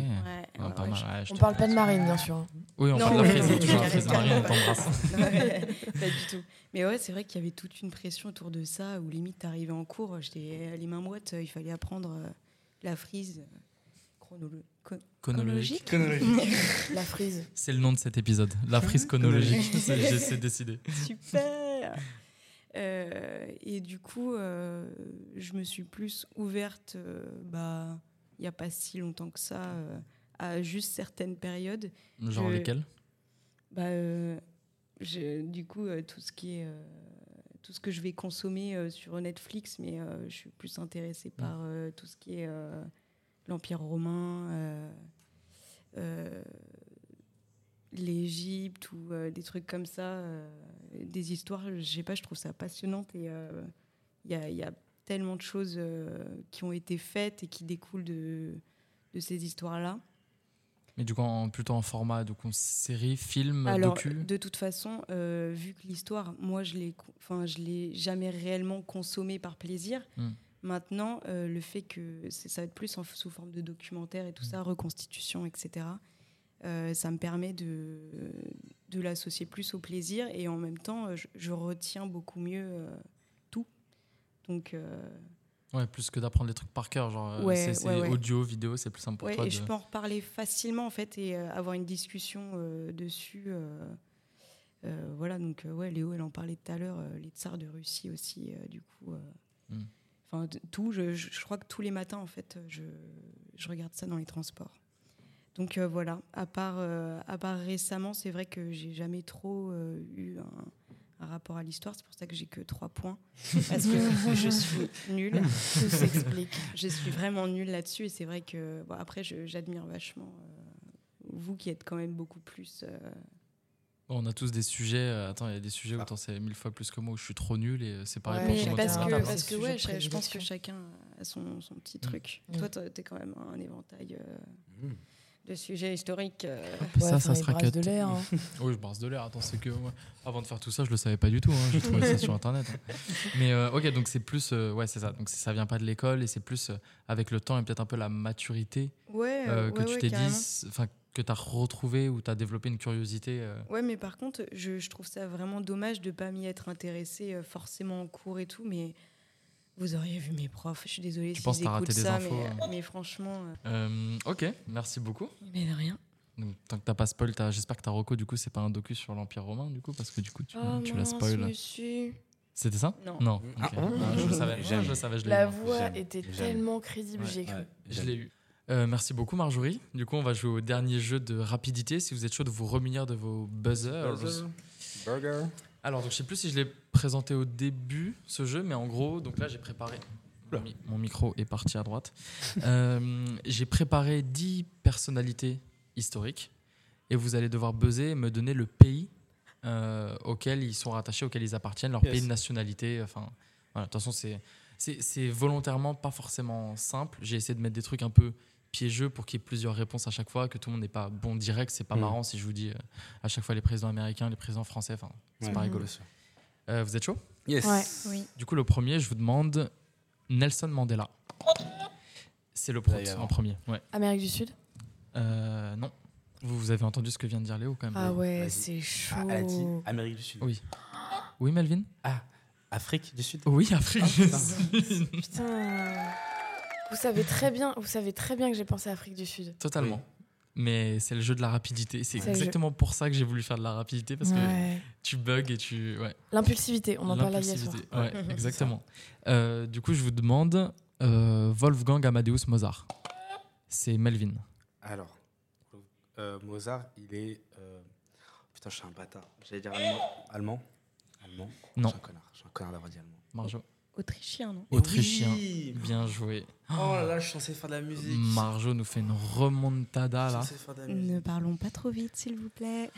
Ah, ouais, pas ouais, mal. Ouais, je On te- parle pas de Marine, bien sûr. hein. Oui, on Non, parle de la mais- frise. toujours la frise de Marine, on Calme-toi. t'embrasse. Ouais, pas du tout. Mais ouais, c'est vrai qu'il y avait toute une pression autour de ça, où limite, t'arrivais en cours, j'étais euh, les mains moites, euh, il fallait apprendre euh, la frise euh, chronolo- co- Chronologique La frise. C'est le nom de cet épisode. La frise chronologique. C'est j'ai- c'est décidé. Super Euh, Et du coup, euh, je me suis plus ouverte, euh, bah, il n'y a pas si longtemps que ça, euh, à juste certaines périodes. Genre Je- lesquels Bah, euh, je- du coup, euh, tout ce qui est euh, tout ce que je vais consommer euh, sur Netflix, mais euh, je suis plus intéressée par euh, tout ce qui est euh, l'Empire romain, euh, euh, l'Égypte ou euh, des trucs comme ça, euh, des histoires. Je sais pas, je trouve ça passionnante et euh, il y a- il y a tellement de choses euh, qui ont été faites et qui découlent de de ces histoires-là. Mais du coup, en- plutôt en format donc, en série, film, Alors, docu. de toute façon, euh, vu que l'histoire, moi, je l'ai, con- enfin, je l'ai jamais réellement consommée par plaisir. Mm. Maintenant, euh, le fait que c'est- ça va être plus en, sous forme de Hmm. documentaire et tout ça, reconstitution, etc. euh, ça me permet de de l'associer plus au plaisir et en même temps, je, je retiens beaucoup mieux euh, tout. Donc, euh, Ouais, plus que d'apprendre des trucs par cœur, genre euh, Ouais, c'est c'est ouais, ouais. audio, vidéo, c'est plus simple pour ouais, toi. et de- je peux en reparler facilement en fait et euh, avoir une discussion euh, dessus. euh, euh, voilà, donc euh, ouais, Léo, elle en parlait tout à l'heure, euh, les tsars de Russie aussi, euh, du coup. euh, Mm. Enfin, t- tout, je, je- je crois que tous les matins, en fait, je, je regarde ça dans les transports. Donc euh, voilà, à part, euh, à part récemment, c'est vrai que j'ai jamais trop euh, eu un, un rapport à l'histoire, c'est pour ça que j'ai que trois points, parce que je suis Tout nulle. s'explique. Je suis vraiment nulle là-dessus et c'est vrai que bon, après je- j'admire vachement euh, vous qui êtes quand même beaucoup plus. euh, Bon, on a tous des sujets. euh, attends, il y a des sujets où t'en sais mille fois plus que moi, où je suis trop nul et euh, c'est pareil Ouais, pour mais tout le monde parce sur la t'as- que, table. parce que C'est ouais, le sujet je, de je pense que prédilection. chacun a son, son petit truc. Mm. Toi, t'as- t'es quand même un éventail euh, Mm. de sujets historiques. euh. Ça, ça enfin, se il brasse raquette. de l'air. hein. Oui, je brasse de l'air. Attends, c'est que moi, avant de faire tout ça, je le savais pas du tout. hein, J'ai trouvé ça sur internet. hein. Mais euh, ok, donc c'est plus, euh, ouais, c'est ça. Donc c'est- ça vient pas de l'école et c'est plus euh, avec le temps et peut-être un peu la maturité Ouais, euh, ouais, que tu ouais, t'es carrément. dit, enfin que t'as retrouvé ou t'as développé une curiosité. euh, Ouais, mais par contre, je, je trouve ça vraiment dommage de pas m'y être intéressée euh, forcément en cours et tout, mais vous auriez vu mes profs. Je suis désolée Tu si penses ils t'as raté écoutent des ça, infos, mais, hein. mais franchement, euh, euh, ok, merci beaucoup. mais Eh ben, de rien. Donc, tant que t'as pas spoil, t'as- j'espère que ta reco du coup c'est pas un docu sur l'Empire romain du coup parce que du coup tu, hein. Oh, tu la mince, spoil. monsieur. C'était ça Non. Non. Ah, ok. oh. Non, je le savais. J'aime. Je le savais. Je l'ai La eu. voix J'aime, était j'aime. tellement crédible, Ouais, j'ai cru. Ouais, Je j'aime. l'ai eu. Euh, merci beaucoup Marjorie. Du coup, on va jouer au dernier jeu de rapidité. Si vous êtes chaud de vous remunir de vos buzzers. Burger. Alors, donc, je sais plus si je l'ai présenté au début ce jeu, mais en gros, donc là j'ai préparé. Mon mi- Mon micro est parti à droite. Euh, j'ai préparé 10 personnalités historiques et vous allez devoir buzzer et me donner le pays euh, auquel ils sont rattachés, auquel ils appartiennent, leur Yes. pays de nationalité. Enfin, voilà, de toute façon, c'est, c'est, c'est volontairement pas forcément simple. J'ai essayé de mettre des trucs un peu piégeux pour qu'il y ait plusieurs réponses à chaque fois, que tout le monde n'est pas bon direct. C'est pas Mm. marrant si je vous dis euh, à chaque fois les présidents américains, les présidents français. Enfin, c'est Ouais, Mm. pas bien rigolo. sûr. Euh, vous êtes chaud Yes. Ouais. Oui. Du coup, le premier, je vous demande Nelson Mandela. C'est le prompt D'ailleurs. en premier. Ouais. Amérique du Sud Euh, non. Vous, vous avez entendu ce que vient de dire Léo quand même. Ah ouais, vas-y. c'est chaud. Ah, elle a dit Oh. Amérique du Sud. Oui. Oui, Melvin Afrique du Sud. Oui, Ah, Afrique. du putain. Sud. Putain. Vous savez très bien, vous savez très bien que j'ai pensé à Afrique du Sud. Totalement. Mais c'est le jeu de la rapidité. C'est C'est le exactement pour ça que j'ai voulu faire de la rapidité parce que Ouais. tu bugs et tu. Ouais. L'impulsivité, on en parlait hier soir. L'impulsivité. Ouais, exactement. Euh, du coup, je vous demande euh, Wolfgang Amadeus Mozart. C'est Melvin. Alors, euh, Mozart, il est. euh, Putain, je suis un bâtard. J'allais dire allemand. Allemand Allemand Je suis Non. un connard. Je suis un connard d'avoir dit allemand. Marjo. Autrichien, non Autrichien. Oui Bien joué. Oh là là, je suis censé faire de la musique. Marjo nous fait une remontada Je là. suis censé faire de la musique. Ne parlons pas trop vite, s'il vous plaît.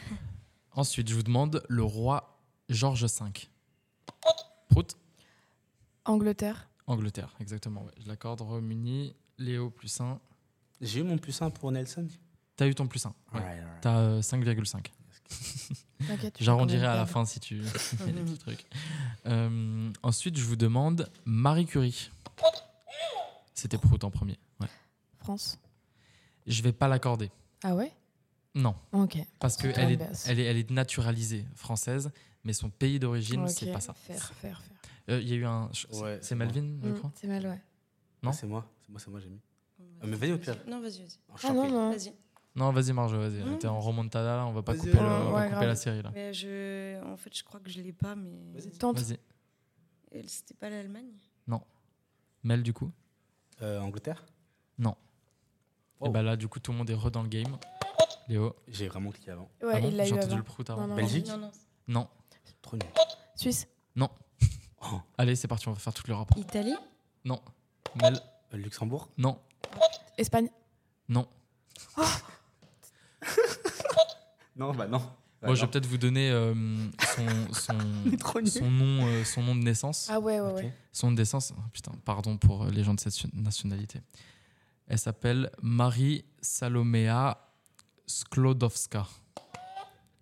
Ensuite, je vous demande le roi George V. Prout, Angleterre. Angleterre, exactement. ouais. Je l'accorde, Royaume-Uni, Léo plus 1. J'ai eu mon plus 1 pour Nelson. T'as eu ton plus 1. Ouais, ouais, ouais. T'as euh, 5,5. T'inquiète, tu J'arrondirai à la perdre. fin si tu fais des petits trucs. Euh, ensuite, je vous demande Marie Curie. C'était Prout en premier. ouais. France. Je vais pas l'accorder. Ah ouais Non, Ok. parce Putain, qu'elle est, basse. elle est, elle est naturalisée française, mais son pays d'origine, c'est Ok. pas ça. Faire, faire, faire. Euh, Il y a eu un. je- c'est- Ouais, c'est c'est moi. Malvin, je Mm, crois. C'est mal, ouais. Non C'est moi. C'est moi, c'est moi, j'ai mis. Ah, mais vas-y, au pire. Non, vas-y, vas-y. Oh, je suis Ah un non, pays. non. Vas-y. Non, vas-y, Marjo, vas-y. Mm. T'es en remontada là, on va pas Vas-y, couper, le- vas-y. on va Ouais, couper grave. la série là. Mais je... En fait, je crois que je l'ai pas, mais. Tente. Vas-y. Elle, C'était pas l'Allemagne Mel, du coup. Euh, Angleterre Et Oh. bah là, du coup, tout le monde est re dans le game. Léo. J'ai vraiment cliqué avant. Ouais, Ah bon il l'a J'ai eu entendu avant. le prout avant. Non, non, non. Belgique Non, non. Non. Trop nul. Suisse. Oh, Allez, c'est parti, on va faire toute l'Europe. Italie Non. Mel. euh, Luxembourg Non. Espagne. Non. Non, bah non. Bah Moi, je vais non. peut-être vous donner euh, son, son, Trop nul. son nom, euh, son nom de naissance. Ah ouais, ouais, Ok. ouais. Son nom de naissance. oh, putain, pardon pour euh, les gens de cette su- nationalité. Elle s'appelle Marie Salomea Sklodowska.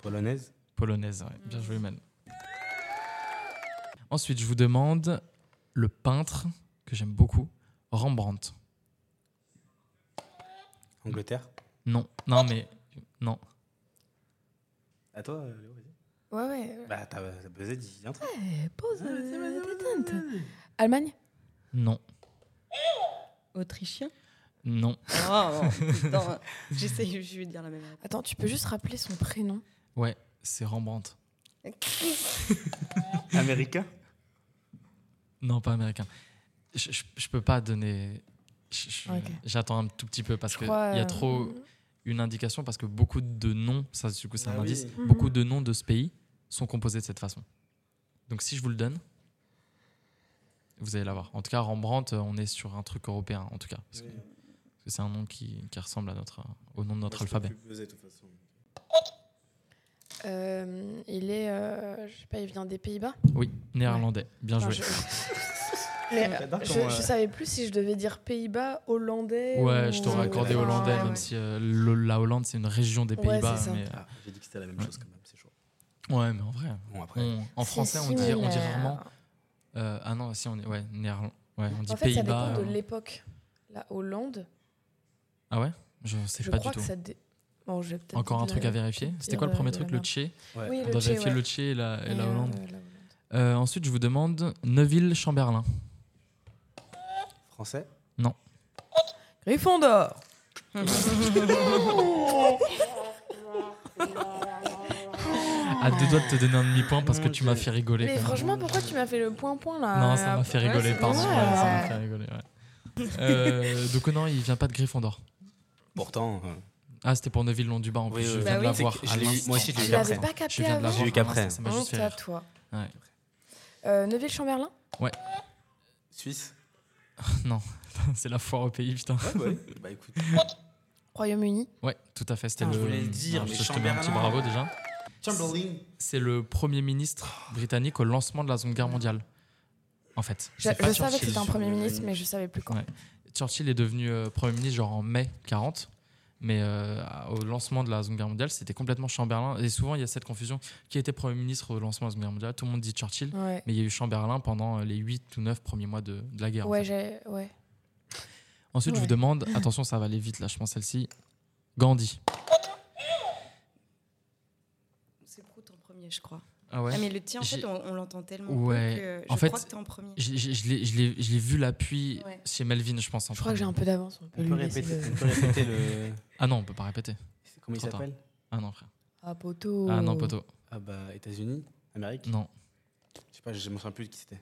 Polonaise Polonaise, ouais. bien joué, Mel. Ensuite, je vous demande le peintre que j'aime beaucoup, Rembrandt. Angleterre Non, non, mais non. À toi, euh, Léo, vas-y. Ouais, ouais. Bah, t'as t'as buzzé, dis un truc. Eh, pose euh, détente. Allemagne Non, Autrichien non. Oh, putain. J'essaye, je vais dire la même réponse. Attends, tu peux juste rappeler son prénom Ouais, c'est Rembrandt. Américain Non, pas américain. Je, je, je peux pas donner. je- je- Ok. J'attends un tout petit peu parce Je qu'il y crois, a euh, trop une indication parce que beaucoup de noms, ça du coup c'est Ah un oui. indice, Mhm. Mmh. beaucoup de noms de ce pays sont composés de cette façon. Donc si je vous le donne, vous allez l'avoir. En tout cas, Rembrandt, euh, on est sur un truc européen, en tout cas. Parce que Oui. parce que c'est un nom qui, qui ressemble à notre, euh, au nom de notre alphabet. buzzé, de toute façon. Euh, Il est, euh, je sais pas, il vient des Pays-Bas Oui, néerlandais. Bien Enfin, je... joué. Mais, euh, J'adore je, comment, je euh, savais plus si je devais dire Pays-Bas, Hollandais. Ouais, ou- je t'aurais accordé Enfin, hollandais, Oh. Ah ouais, même ouais. si euh, le- la Hollande, c'est une région des Ouais, Pays-Bas. c'est ça. mais, Ah, j'ai dit que c'était la même Ouais. chose quand même, c'est chaud. euh, ouais, mais en vrai, Bon, après. on- en C'est français, on dit, on dit similaire. rarement. euh, ah non, si, on, est- ouais, néerlandais. Ouais, on dit En fait, ça Pays-Bas. dépend de euh, l'époque. La Hollande, ah ouais Je sais je pas du crois que tout. ça. dé- Bon, je vais peut-être Encore un dire truc la- à vérifier. C'était quoi le dire, premier euh, de truc la Le Tché Ouais. Oui, On le doit Tché, vérifier ouais. le Tché et la, et Et, la euh, Hollande. la Hollande. Euh, ensuite, je vous demande Neuville-Chamberlain. Français Gryffondor À deux doigts de te donner un demi-point parce que Mon tu m'as Dieu. fait rigoler. Mais quand même. franchement, pourquoi tu m'as fait le point-point là euh, Non, ça m'a fait Ouais, rigoler, c'est pardon. dommage. ouais, ça m'a fait rigoler, ouais. Euh, donc, non, il vient pas de Gryffondor. Pourtant. euh, Ah, c'était pour Neuville Londubat en Oui, plus. oui, Je oui. viens de Bah oui. l'avoir. C'est que je à l'ai eu- l'instant. moi aussi, je l'ai Tu eu l'avais après. pas Je capté viens de avant l'avoir. J'ai eu à l'instant, qu'après. Ah, Ça m'a juste fait Honte à rire. toi. Ouais. Euh, Neuville-Chamberlain Suisse C'est la foire au pays, putain. Ouais, bah, oui. bah écoute. Royaume-Uni Ouais, tout à fait. C'était Ah, Putain, le. je voulais le dire, Non, mais je te mets un petit Chamberlain. bravo déjà. Chamberlain C'est le premier ministre Oh. britannique au lancement de la Seconde Guerre mondiale. En fait, Je, C'est je pas savais que Churchill. c'était un premier ministre, mais je savais plus quand. Ouais. Churchill est devenu euh, Premier ministre genre en mai 40. Mais euh, à- au lancement de la Seconde Guerre mondiale, c'était complètement Chamberlain. Et souvent, il y a cette confusion. Qui était Premier ministre au lancement de la Seconde Guerre mondiale Tout le monde dit Churchill. Ouais, Mais il y a eu Chamberlain pendant euh, les 8 ou 9 premiers mois de, de la guerre. en ouais, fait. j'ai- ouais. Ensuite, je ouais. vous demande, attention, ça va aller vite là, je pense celle-ci. Gandhi. C'est Prout en premier, je crois. Ah ouais Ah, mais le tien, en fait, J'ai- on, on l'entend tellement Ouais. peu que je En fait, crois que t'es en premier. Je je- je l'ai- je l'ai je l'ai vu l'appui Ouais. chez Melvin, je pense. En Je crois que j'ai premier. un peu d'avance. on peut On lui peut laisser répéter, le- on peut répéter le. Ah non, on peut pas répéter. Comment il Trop tard. s'appelle Ah non, frère. Ah, poteau. Ah non, poteau. Ah bah, États-Unis Amérique Non. Je sais pas, je me souviens plus de qui c'était.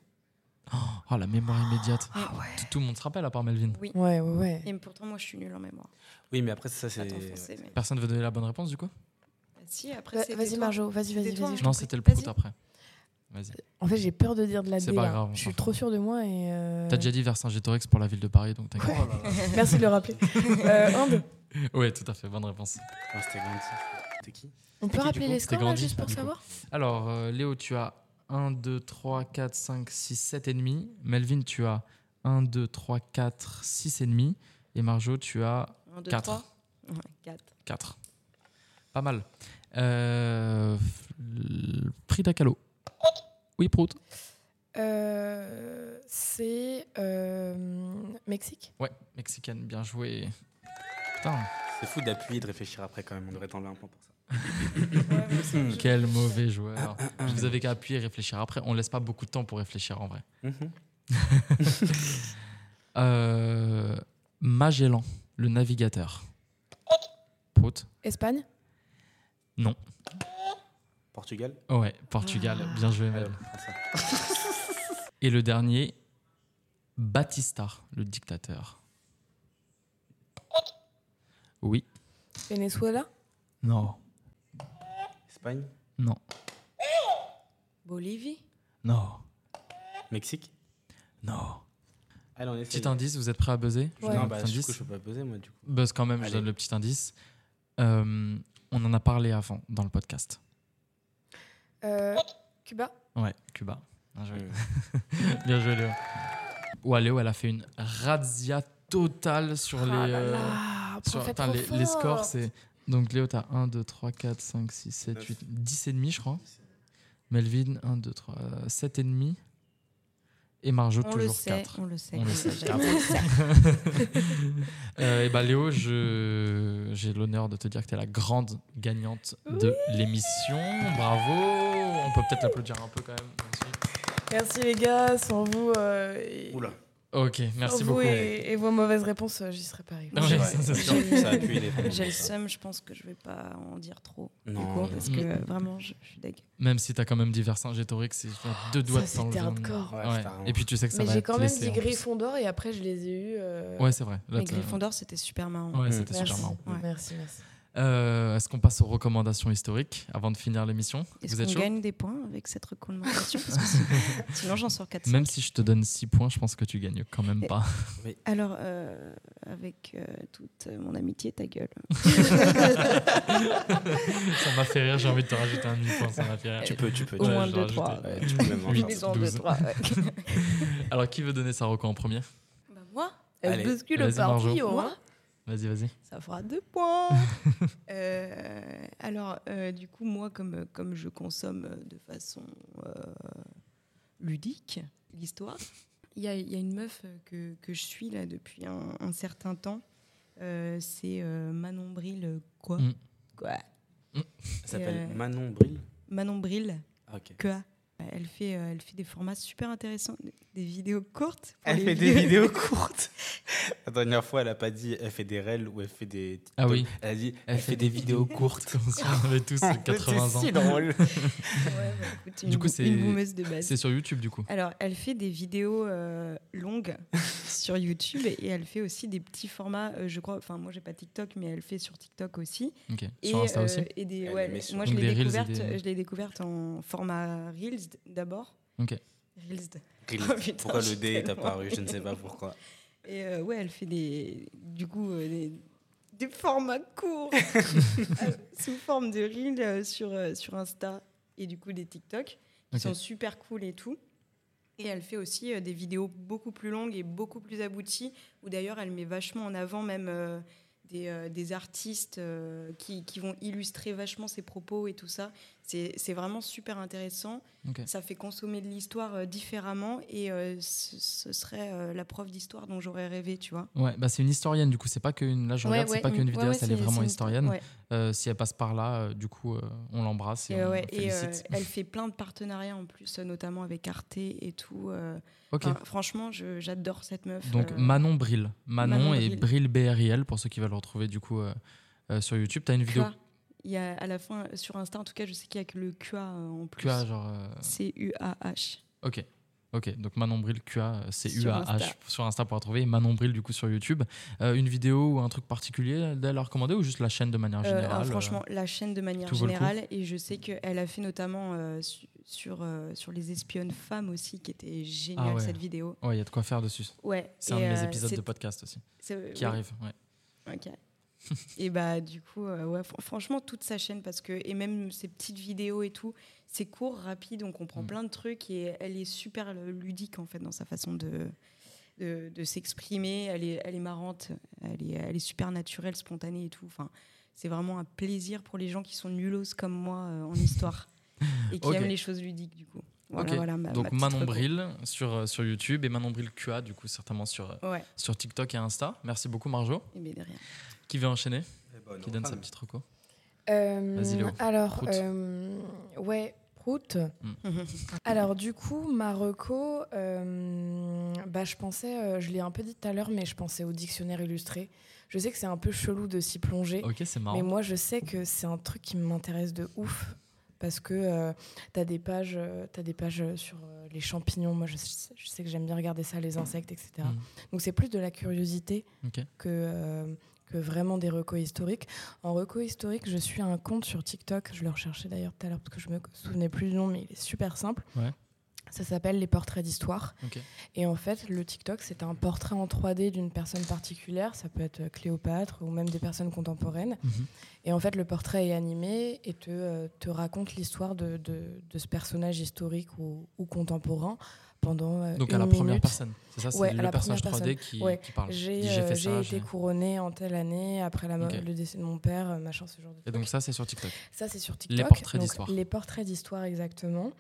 Oh, la mémoire immédiate. Ah ouais. Tout, tout le monde se rappelle à part Melvin. Mm. Oui. Ouais, ouais, ouais. Et pourtant, moi, je suis nulle en mémoire. Oui, mais après, ça, c'est. Attends, français, mais. Personne veut donner la bonne réponse du coup Bah, si, après, Va- c'était Vas-y, toi. Marjo, vas-y, vas-y, C'était toi, vas-y. Euh, hein. je Non, t'en prie. c'était le prout Vas-y. après. Vas-y. En fait, j'ai peur de dire de la C'est D. pas là. grave, on Je s'en suis trop sûre de moi et. euh, T'as déjà dit Vercingétorix pour la ville de Paris, donc t'inquiète. Oh là là. Merci de le rappeler. Euh, Inde, Ouais, tout à fait, bonne réponse. Ah, c'était Gandhi. C'était qui on peut Ok, rappeler du coup, les c'était scores là, Gandhi, juste pour du coup. savoir Alors, euh, Léo, tu as 1, 2, 3, 4, 5, 6, 7 et demi. Melvin, tu as 1, 2, 3, 4, 6 et demi. Et Marjo, tu as Un, deux, Quatre. trois. Ouais, quatre. 4. Pas mal. Euh, le prix d'Acalo. Oui, Prout. Euh, C'est. euh, Mexique Ouais, mexicaine, bien joué. Putain, C'est fou d'appuyer et de réfléchir après quand même. On devrait t'enlever un point pour ça. quel mauvais joueur. Je vous avais qu'à appuyer et réfléchir. Après, on laisse pas beaucoup de temps pour réfléchir en vrai. Mhm. Euh, Magellan, le navigateur. Prout. Espagne Non. Portugal Ouais, Portugal, bien joué, Mel. Français. Et le dernier, Batista, le dictateur. Oui. Venezuela Non. Espagne Non. Bolivie Non. Mexique Non. Allez, on essaie. Petit indice, vous êtes prêts à buzzer Je vous Ouais. donne Non, un bah, petit du indice. coup, je peux pas poser, moi, du coup. Buzz quand même, je Allez. donne le petit indice. Euh, on en a parlé avant dans le podcast. euh, Cuba Ouais, Cuba. Bien joué. Mm. Bien joué, Léo. Ouais, Léo, elle a fait une razzia totale sur les. Ah là euh, là, sur- prof est attends, trop les, les fort. scores, c'est. Donc Léo, t'as 1, 2, 3, 4, 5, 6, 7, Neuf. 8, 10 et demi, je crois. Melvin, 1, 2, 3, 7 et demi. Et Marjo, On le toujours sait, 4. on le sait. On le sait. On le sait. Euh, eh ben, Léo, je- j'ai l'honneur de te dire que tu es la grande gagnante de l'émission. Bravo On peut peut-être l'applaudir un peu quand même. merci. Merci les gars, sans vous. euh, et- Oula. Ok, sans merci vous beaucoup. et, et vos mauvaises réponses, euh, j'y serais pas arrivée. Ouais, J'ai- ça, c'est sûr. j'ai- Ça a pu aider, vraiment, J'ai le ça. seum, je pense que je vais pas en dire trop. Non, du coup, non. parce que euh, vraiment, je, je suis deg. Même si tu as quand même dit Vercingétorix, c'est genre deux doigts de c'était t'enlever. hardcore. Ouais, Ouais. c'était un- Et puis tu sais que ça Mais va j'ai te quand même laisser, dit en plus. Gryffondor et après je les ai eus. euh, Ouais, c'est vrai. Là, Mais Bah, t'as- Gryffondor, c'était super marrant. Ouais, Mm. c'était Mmh, super Merci. marrant. Ouais. Merci, merci. Euh, Est-ce qu'on passe aux recommandations historiques avant de finir l'émission Est-ce Vous êtes qu'on chaud gagne des points avec cette recommandation Parce que si- Sinon, j'en sors 400. Même si je te donne 6 points, je pense que tu gagnes quand même pas. Alors, euh, avec euh, toute mon amitié, ta gueule. ça m'a fait rire, j'ai envie de te rajouter un demi-point. Ça m'a fait rire. Tu peux, tu peux. Au Ouais, moins je 2 l'ai 3 rajouté. tu peux même en Oui. faire ça. en deux, 12. trois, Alors, qui veut donner sa reco en premier moi Allez, Elle bouscule vas-y, le Marjo. parti, au Moi hein. Vas-y, vas-y. Ça fera deux points. Euh, alors, euh, du coup, moi, comme, comme je consomme euh, de façon euh, ludique l'histoire, il y a, il y a une meuf euh, que, que je suis là depuis un, un certain temps. Euh, c'est euh, Manon Bril, euh, quoi Mm. Quoi Elle s'appelle Euh, Manon Bril. Manon Bril, Ah, ok. que elle fait, euh, elle fait des formats super intéressants, des- des vidéos courtes. pour Elle les fait des vieux. vidéos courtes. La dernière fois, elle a pas dit elle fait des rels ou elle fait des. Ah oui. Elle a dit elle, fait, des vidéos courtes. Comme si on avait tous 80 ans. C'est si drôle. Oh, Ouais, bah, écoute, une Du coup, bou- c'est- une boumeuse de base. C'est sur YouTube, du coup. Alors, elle fait des vidéos euh, longues sur YouTube et elle fait aussi des petits formats, euh, je crois. Enfin, moi, j'ai pas TikTok, mais elle fait sur TikTok aussi. Ok. Et, sur Insta euh, aussi. et des, Elle ouais, les met sur- moi, je Donc l'ai des Reels et découverte, des- je l'ai découverte en format Reels d- d'abord. Ok. Reels. d- Bril. Oh, putain, pourquoi j'ai le dé est tellement apparu Je ne ri. sais pas pourquoi. Et euh, ouais, elle fait des, du coup, euh, des, des formats courts euh, sous forme de Reels euh, sur, euh, sur Insta et du coup des TikTok. qui Ok. sont super cool et tout. Et elle fait aussi euh, des vidéos beaucoup plus longues et beaucoup plus abouties, où d'ailleurs elle met vachement en avant même euh, des, euh, des artistes euh, qui, qui vont illustrer vachement ses propos et tout ça. C'est c'est vraiment super intéressant. Ok. Ça fait consommer de l'histoire euh, différemment et euh, ce, ce serait euh, la prof d'histoire dont j'aurais rêvé, tu vois. Ouais, bah c'est une historienne, du coup. C'est pas qu'une. Là, je Ouais, regarde, ouais, c'est pas qu'une mm, ouais, vidéo, ouais, elle est c'est- vraiment c'est une- historienne. ouais. Euh, si elle passe par là, euh, du coup, euh, on l'embrasse et, Et, on ouais, la et, euh, félicite. elle fait plein de partenariats en plus, euh, notamment avec Arte et tout. euh. ok. Enfin, franchement, je- j'adore cette meuf. Donc euh. Manon Bril. Manon, Manon et Bril BRIL pour ceux qui veulent le retrouver du coup euh, euh, sur YouTube. T'as une vidéo QA. Il y a à la fin, euh, sur Insta, en tout cas, je sais qu'il y a que le QA euh, en plus. QA genre. euh, C-U-A-H. Ok. Ok, donc Manon Bril QA, c'est Sur UAH Insta. sur Insta pour la trouver, et Manon Bril du coup sur YouTube. Euh, une vidéo ou un truc particulier d'elle à recommander ou juste la chaîne de manière Euh, générale ah, alors, euh, franchement, la chaîne de manière tout vaut le coup. générale. Et je sais qu'elle a fait notamment euh, su- sur, euh, sur les espionnes femmes aussi, qui était géniale Ah ouais. cette vidéo. Ouais, il y a de quoi faire dessus. Ouais. C'est un de et, mes euh, épisodes c'est- de podcast aussi c'est- qui oui, arrive. ouais. ok. et bah, du coup, euh, ouais, fr- franchement, toute sa chaîne, parce que, et même ses petites vidéos et tout, c'est court, rapide, on comprend Mm. plein de trucs et elle est super euh, ludique en fait dans sa façon de, de, de s'exprimer. Elle est, elle est marrante, elle est, elle est super naturelle, spontanée et tout. Enfin, c'est vraiment un plaisir pour les gens qui sont nulos comme moi euh, en histoire et qui Ok. aiment les choses ludiques du coup. Voilà, Ok. voilà Ah, ma- ma bah, donc petite Manon reco. Bril sur, euh, sur YouTube et Manon Bril QA du coup certainement sur, euh, Ouais, sur TikTok et Insta. Merci beaucoup Marjo. et bien derrière. Qui veut enchaîner Eh Qui donne sa ça petite reco Euh, Vas-y, Léo. Alors, Prout. euh, ouais, prout. Alors, du coup, ma reco, euh, bah, je pensais, euh, je l'ai un peu dit tout à l'heure, mais je pensais au dictionnaire illustré. Je sais que c'est un peu chelou de s'y plonger. Ok, c'est marrant. Mais moi, je sais que c'est un truc qui m'intéresse de ouf. Parce que euh, t'as des pages, euh, t'as des pages euh, sur euh, les champignons. Moi, je sais, je sais que j'aime bien regarder ça, les insectes, etc. Mhm. Donc c'est plus de la curiosité Ok. que euh, que vraiment des recos historiques. En recos historique, je suis un compte sur TikTok. Je le recherchais d'ailleurs tout à l'heure parce que je me souvenais plus du nom, mais il est super simple. Ouais. Ça s'appelle les portraits d'histoire. Ok. Et en fait, le TikTok, c'est un portrait en 3D d'une personne particulière. Ça peut être Cléopâtre ou même des personnes contemporaines. Mhm. Et en fait, le portrait est animé et te, euh, te raconte l'histoire de, de- de ce personnage historique ou, ou contemporain pendant. euh, Donc à une la première minute. personne. C'est ça, c'est Ouais, à le la personnage première 3D qui, Ouais. qui parle. J'ai J'ai euh, fait j'ai ça. été j'ai- couronnée en telle année après la mo- Ok. le décès de mon père, euh, machin, ce genre de Et donc ça, c'est sur TikTok. Ça, c'est sur TikTok. Les portraits donc d'histoire. Les portraits d'histoire, exactement.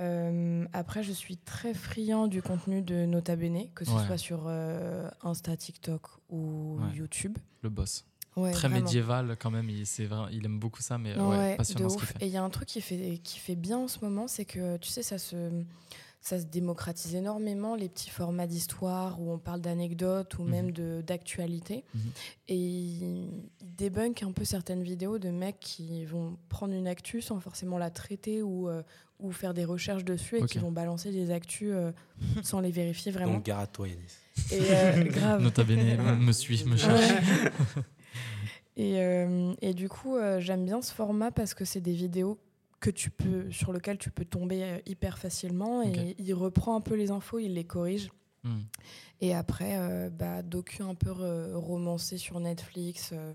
Euh, après, je suis très friand du contenu de Nota Bene, que ce Ouais. soit sur euh, Insta, TikTok ou Ouais. YouTube. Le boss. Ouais, Très vraiment. médiéval quand même. Il, c'est vrai, il aime beaucoup ça, mais Non, Euh, ouais, ouais, de passionnant ce qu'il ouf. fait. Et il y a un truc qui fait, qui fait bien en ce moment, c'est que, tu sais, ça se, ça se démocratise énormément, les petits formats d'histoire où on parle d'anecdotes ou Mhm. même de- d'actualité. Mhm. Et ils ils débunkent un peu certaines vidéos de mecs qui vont prendre une actu sans forcément la traiter ou, euh, ou faire des recherches dessus et Ok. qui vont balancer des actus euh, sans les vérifier vraiment. Donc, gare à toi, Yanis. et, euh, grave. Nota Bene me suit, me cherche. Ouais. et, euh, et du coup, euh, j'aime bien ce format parce que c'est des vidéos que tu peux, sur lesquelles tu peux tomber euh, hyper facilement. Et Ok. il reprend un peu les infos, il les corrige. Hmm. Et après, euh, bah, docu un peu euh, romancé sur Netflix, euh,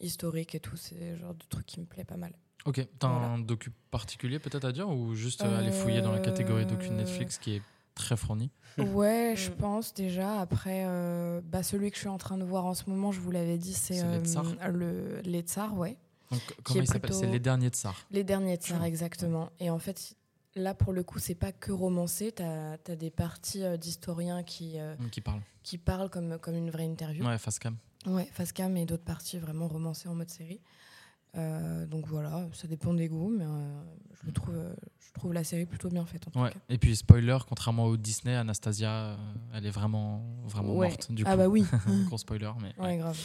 historique et tout. C'est le genre de truc qui me plaît pas mal. Ok, t'as Voilà. un docu particulier peut-être à dire ou juste euh, aller fouiller dans la catégorie docu Euh, Netflix qui est très fournie Hmm. Ouais, je Mm. pense déjà. Après, euh, bah, celui que je suis en train de voir en ce moment, je vous l'avais dit, c'est C'est les Tsars euh, le, les Tsars, ouais. Donc, Comment est il s'appelle C'est plutôt- Les Derniers de Tsar. Les derniers de Tsar, Sure. exactement. Et en fait, là, pour le coup, c'est pas que romancé. Tu as, des parties euh, d'historiens qui, euh, hmm, qui parle. qui parlent comme, comme une vraie interview. Ouais, face cam. Ouais, face cam et d'autres parties vraiment romancées en mode série. Euh, donc voilà, ça dépend des goûts, mais euh, je, le trouve, euh, je trouve la série plutôt bien faite en tout Ouais. cas. Et puis spoiler, contrairement au Disney, Anastasia, euh, elle est vraiment, vraiment Ouais. morte. Du coup. Ah bah oui, Gros spoiler, mais. ouais. ouais, grave.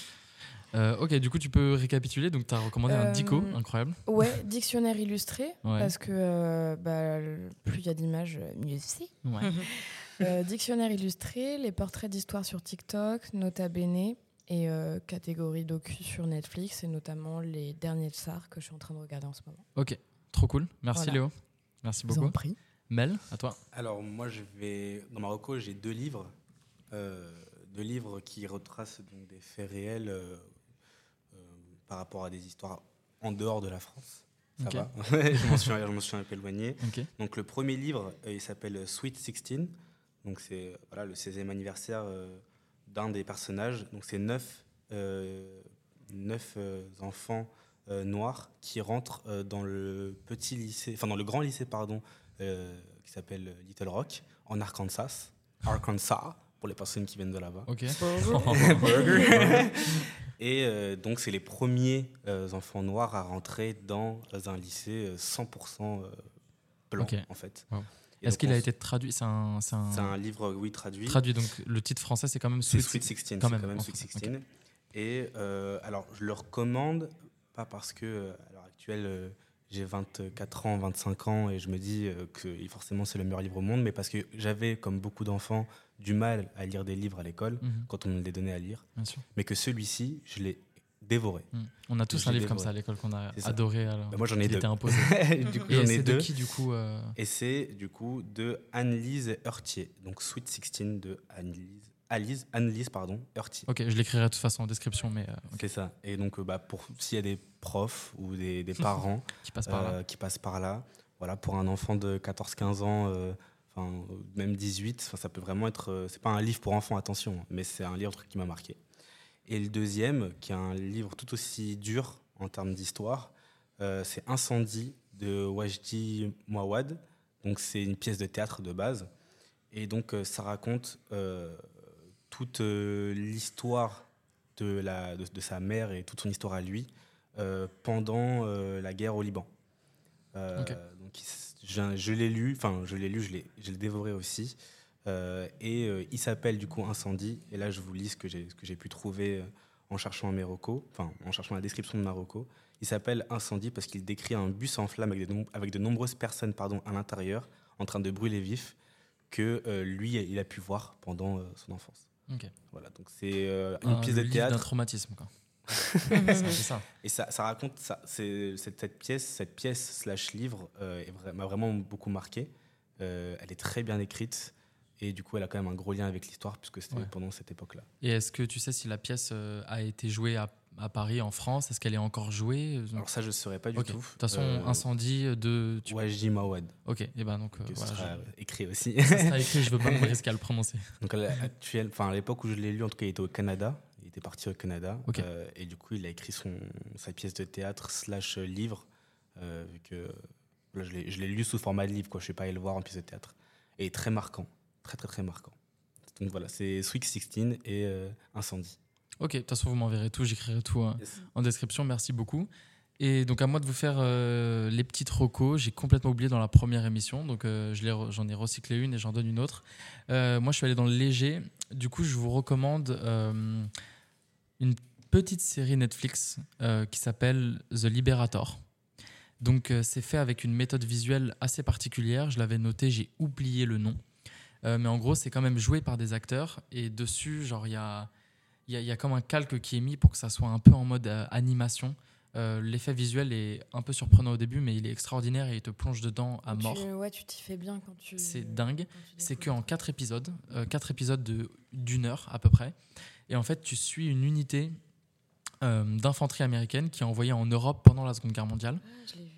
Euh, ok, du coup, tu peux récapituler. Donc, tu as recommandé un Euh, Dico, incroyable. Ouais, dictionnaire illustré, Ouais. parce que euh, bah, le- plus il y a d'images, mieux c'est. Ouais. Euh, dictionnaire illustré, les portraits d'histoire sur TikTok, Nota Bene et euh, catégorie docu sur Netflix et notamment les derniers de Sar que je suis en train de regarder en ce moment. Ok, trop cool. Merci Voilà. Léo. Merci Vous en beaucoup. prie. Mel, à toi. Alors, moi, je vais. Dans Marocco, j'ai deux livres. euh, deux livres qui retracent donc des faits réels euh, euh, par rapport à des histoires en dehors de la France. Ça Ok. va. je m'en suis, je m'en suis un peu éloigné. Ok. Donc, le premier livre, euh, il s'appelle Sweet 16. Donc, c'est euh, voilà, le 16e anniversaire euh, d'un des personnages. Donc, c'est neuf, euh, neuf euh, enfants euh, noirs qui rentrent euh, dans le petit lycée, enfin, dans le grand lycée, pardon, euh, qui s'appelle Little Rock, en Arkansas. Arkansas, pour les personnes qui viennent de là-bas. Ok. Et euh, donc, c'est les premiers euh, enfants noirs à rentrer dans un lycée euh, 100% euh, blanc, Ok. en fait. Wow. Et Est-ce donc, qu'il on a s- été traduit C'est un, c'est un- C'est un livre, oui, traduit. traduit. Donc, le titre français, c'est quand même C'est Sweet Sweet, 16. c'est quand Quand même, même, en Sweet français, 16. Et euh, alors, je le recommande, pas parce que, euh, à l'heure actuelle, euh, j'ai 24 ans, 25 ans, et je me dis euh, que et forcément c'est le meilleur livre au monde, mais parce que j'avais, comme beaucoup d'enfants, du mal à lire des livres à l'école, Mhm, quand on me les donnait à lire, bien sûr. mais que celui-ci, je l'ai dévoré. Mhm. On a tous Je un l'ai livre comme dévoré. ça à l'école qu'on a C'est ça. adoré. Alors, Bah, moi, j'en ai Ah, il deux. était imposé. du coup, j'en Et ai c'est de deux. qui, du coup euh, Et c'est du coup de Anne-Lise Heurtier, donc Sweet 16 de Anne-Lise, Alice, Anne-Lise pardon, Heurtier. Ok, je l'écrirai de toute façon en description, mais euh, C'est ça. Et donc, euh, bah, pour s'il y a des profs ou des, des parents qui passe par là. euh, qui passent par là, voilà, pour un enfant de 14-15 ans, euh, enfin, euh, même 18, enfin, ça peut vraiment être. euh, c'est pas un livre pour enfants, attention, hein, mais c'est un livre qui m'a marqué. Et le deuxième, qui est un livre tout aussi dur en termes d'histoire, euh, c'est Incendie de Wajdi Mouawad. Donc, c'est une pièce de théâtre de base. Et donc, euh, ça raconte euh, toute euh, l'histoire de, la- de, de sa mère et toute son histoire à lui euh, pendant euh, la guerre au Liban. Euh, Ok. donc, il s- je je l'ai lu, enfin, je l'ai lu, je l'ai je l'ai dévoré aussi. Euh, et euh, il s'appelle du coup Incendie. Et là, je vous lis ce que j'ai ce que j'ai pu trouver euh, en cherchant à Marocco, enfin, en cherchant la description de Marocco. Il s'appelle Incendie parce qu'il décrit un bus en flammes avec de, nom- avec de nombreuses personnes pardon, à l'intérieur en train de brûler vif que euh, lui, il a pu voir pendant euh, son enfance. Ok. Voilà, donc c'est euh, une Un pièce de livre d'un théâtre. traumatisme. quoi. C'est c'est ça. Et ça, ça raconte, ça, c'est- cette, cette pièce, cette pièce slash livre euh, est vra- m'a vraiment beaucoup marqué. Euh, elle est très bien écrite et du coup, elle a quand même un gros lien avec l'histoire puisque c'était Ouais. pendant cette époque-là. Et est-ce que tu sais si la pièce euh, a été jouée à à Paris, en France Est-ce qu'elle est encore jouée Alors ça, je ne saurais pas du Ok. De tout. toute façon, Euh, incendie de. tu- Waji Mawad, Ok, et ben donc. euh, que ce voilà, sera je- écrit aussi. ça sera écrit, je veux pas me risquer à le prononcer. Donc à la- actuelle- enfin, à l'époque où je l'ai lu, en tout cas, il était au Canada. Il était parti au Canada. Ok. Euh, et du coup, il a écrit son, sa pièce de théâtre slash euh, livre. euh, vu que là, je l'ai je l'ai lu sous format de livre, quoi. Je suis pas allé le voir en pièce de théâtre. Et très marquant. Très, très, très marquant. Donc voilà, c'est Sweet 16 et euh, Incendie. Ok, de toute façon, vous m'enverrez tout, j'écrirai tout hein, en description. Merci beaucoup. Et donc, à moi de vous faire euh, les petites recos. J'ai complètement oublié dans la première émission, donc euh, je l'ai re- j'en ai recyclé une et j'en donne une autre. Euh, moi, je suis allé dans le léger. Du coup, je vous recommande euh, une petite série Netflix euh, qui s'appelle The Liberator. Donc, euh, c'est fait avec une méthode visuelle assez particulière. Je l'avais noté, j'ai oublié le nom. Euh, mais en gros, c'est quand même joué par des acteurs. Et dessus, genre, il y a il y, a- il y a comme un calque qui est mis pour que ça soit un peu en mode euh, animation. Euh, L'effet visuel est un peu surprenant au début, mais il est extraordinaire et il te plonge dedans à mort. Tu, ouais, tu t'y fais bien quand tu. C'est dingue. quand tu C'est découvres. qu'en quatre épisodes, euh, quatre épisodes de- d'une heure à peu près. Et en fait, tu suis une unité euh, d'infanterie américaine qui est envoyée en Europe pendant la Seconde Guerre mondiale. Ah, je l'ai vu.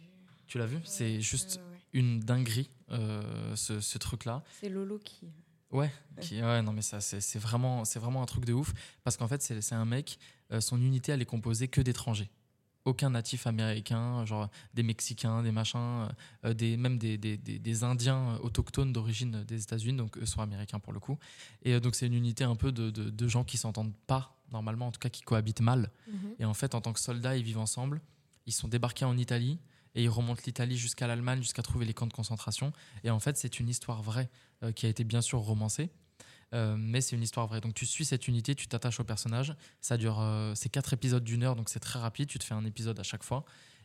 Tu l'as vu C'est juste Ouais, ouais, ouais. une dinguerie, euh, ce- ce truc-là. C'est Lolo qui. Qui- ouais, non, mais ça, c'est c'est vraiment, c'est vraiment un truc de ouf. Parce qu'en fait, c'est c'est un mec, euh, son unité, elle est composée que d'étrangers. Aucun natif américain, genre des Mexicains, des machins, euh, des, même des, des- des- des Indiens euh, autochtones d'origine des États-Unis, donc eux sont américains pour le coup. Et euh, donc, c'est une unité un peu de, de- de gens qui s'entendent pas, normalement, en tout cas qui cohabitent mal. Mhm. Et en fait, en tant que soldats, ils vivent ensemble. Ils sont débarqués en Italie et ils remontent l'Italie jusqu'à l'Allemagne, jusqu'à trouver les camps de concentration. Et en fait, c'est une histoire vraie euh, qui a été bien sûr romancée, euh, mais c'est une histoire vraie. Donc tu suis cette unité, tu t'attaches au personnage. Ça dure, euh, c'est quatre épisodes d'une heure, donc c'est très rapide. Tu te fais un épisode à chaque fois.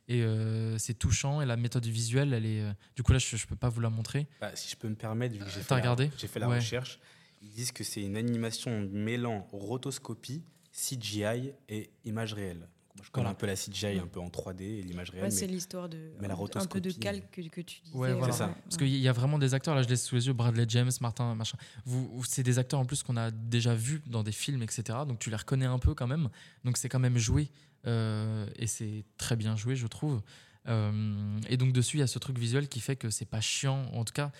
Et euh, c'est touchant et la méthode visuelle, elle est. euh, Du coup là, je, je peux pas vous la montrer. Bah, si je peux me permettre, vu que j'ai T'as fait, la- regardé j'ai fait la Ouais. recherche, ils disent que c'est une animation mêlant rotoscopie, CGI et image réelle. Donc, moi, je connais Voilà. un peu la CGI un peu en 3D et l'image réelle. Ouais, mais c'est l'histoire de. mais la un peu de rotoscopie. calque que, que tu disais. Ouais, voilà. C'est ça. Parce qu'il y a vraiment des acteurs, là je laisse sous les yeux Bradley James, Martin, machin. Vous, vous- c'est des acteurs en plus qu'on a déjà vus dans des films, etc. Donc tu les reconnais un peu quand même. Donc c'est quand même joué. euh, et c'est très bien joué, je trouve. Euh, et donc dessus, il y a ce truc visuel qui fait que c'est pas chiant. En tout cas,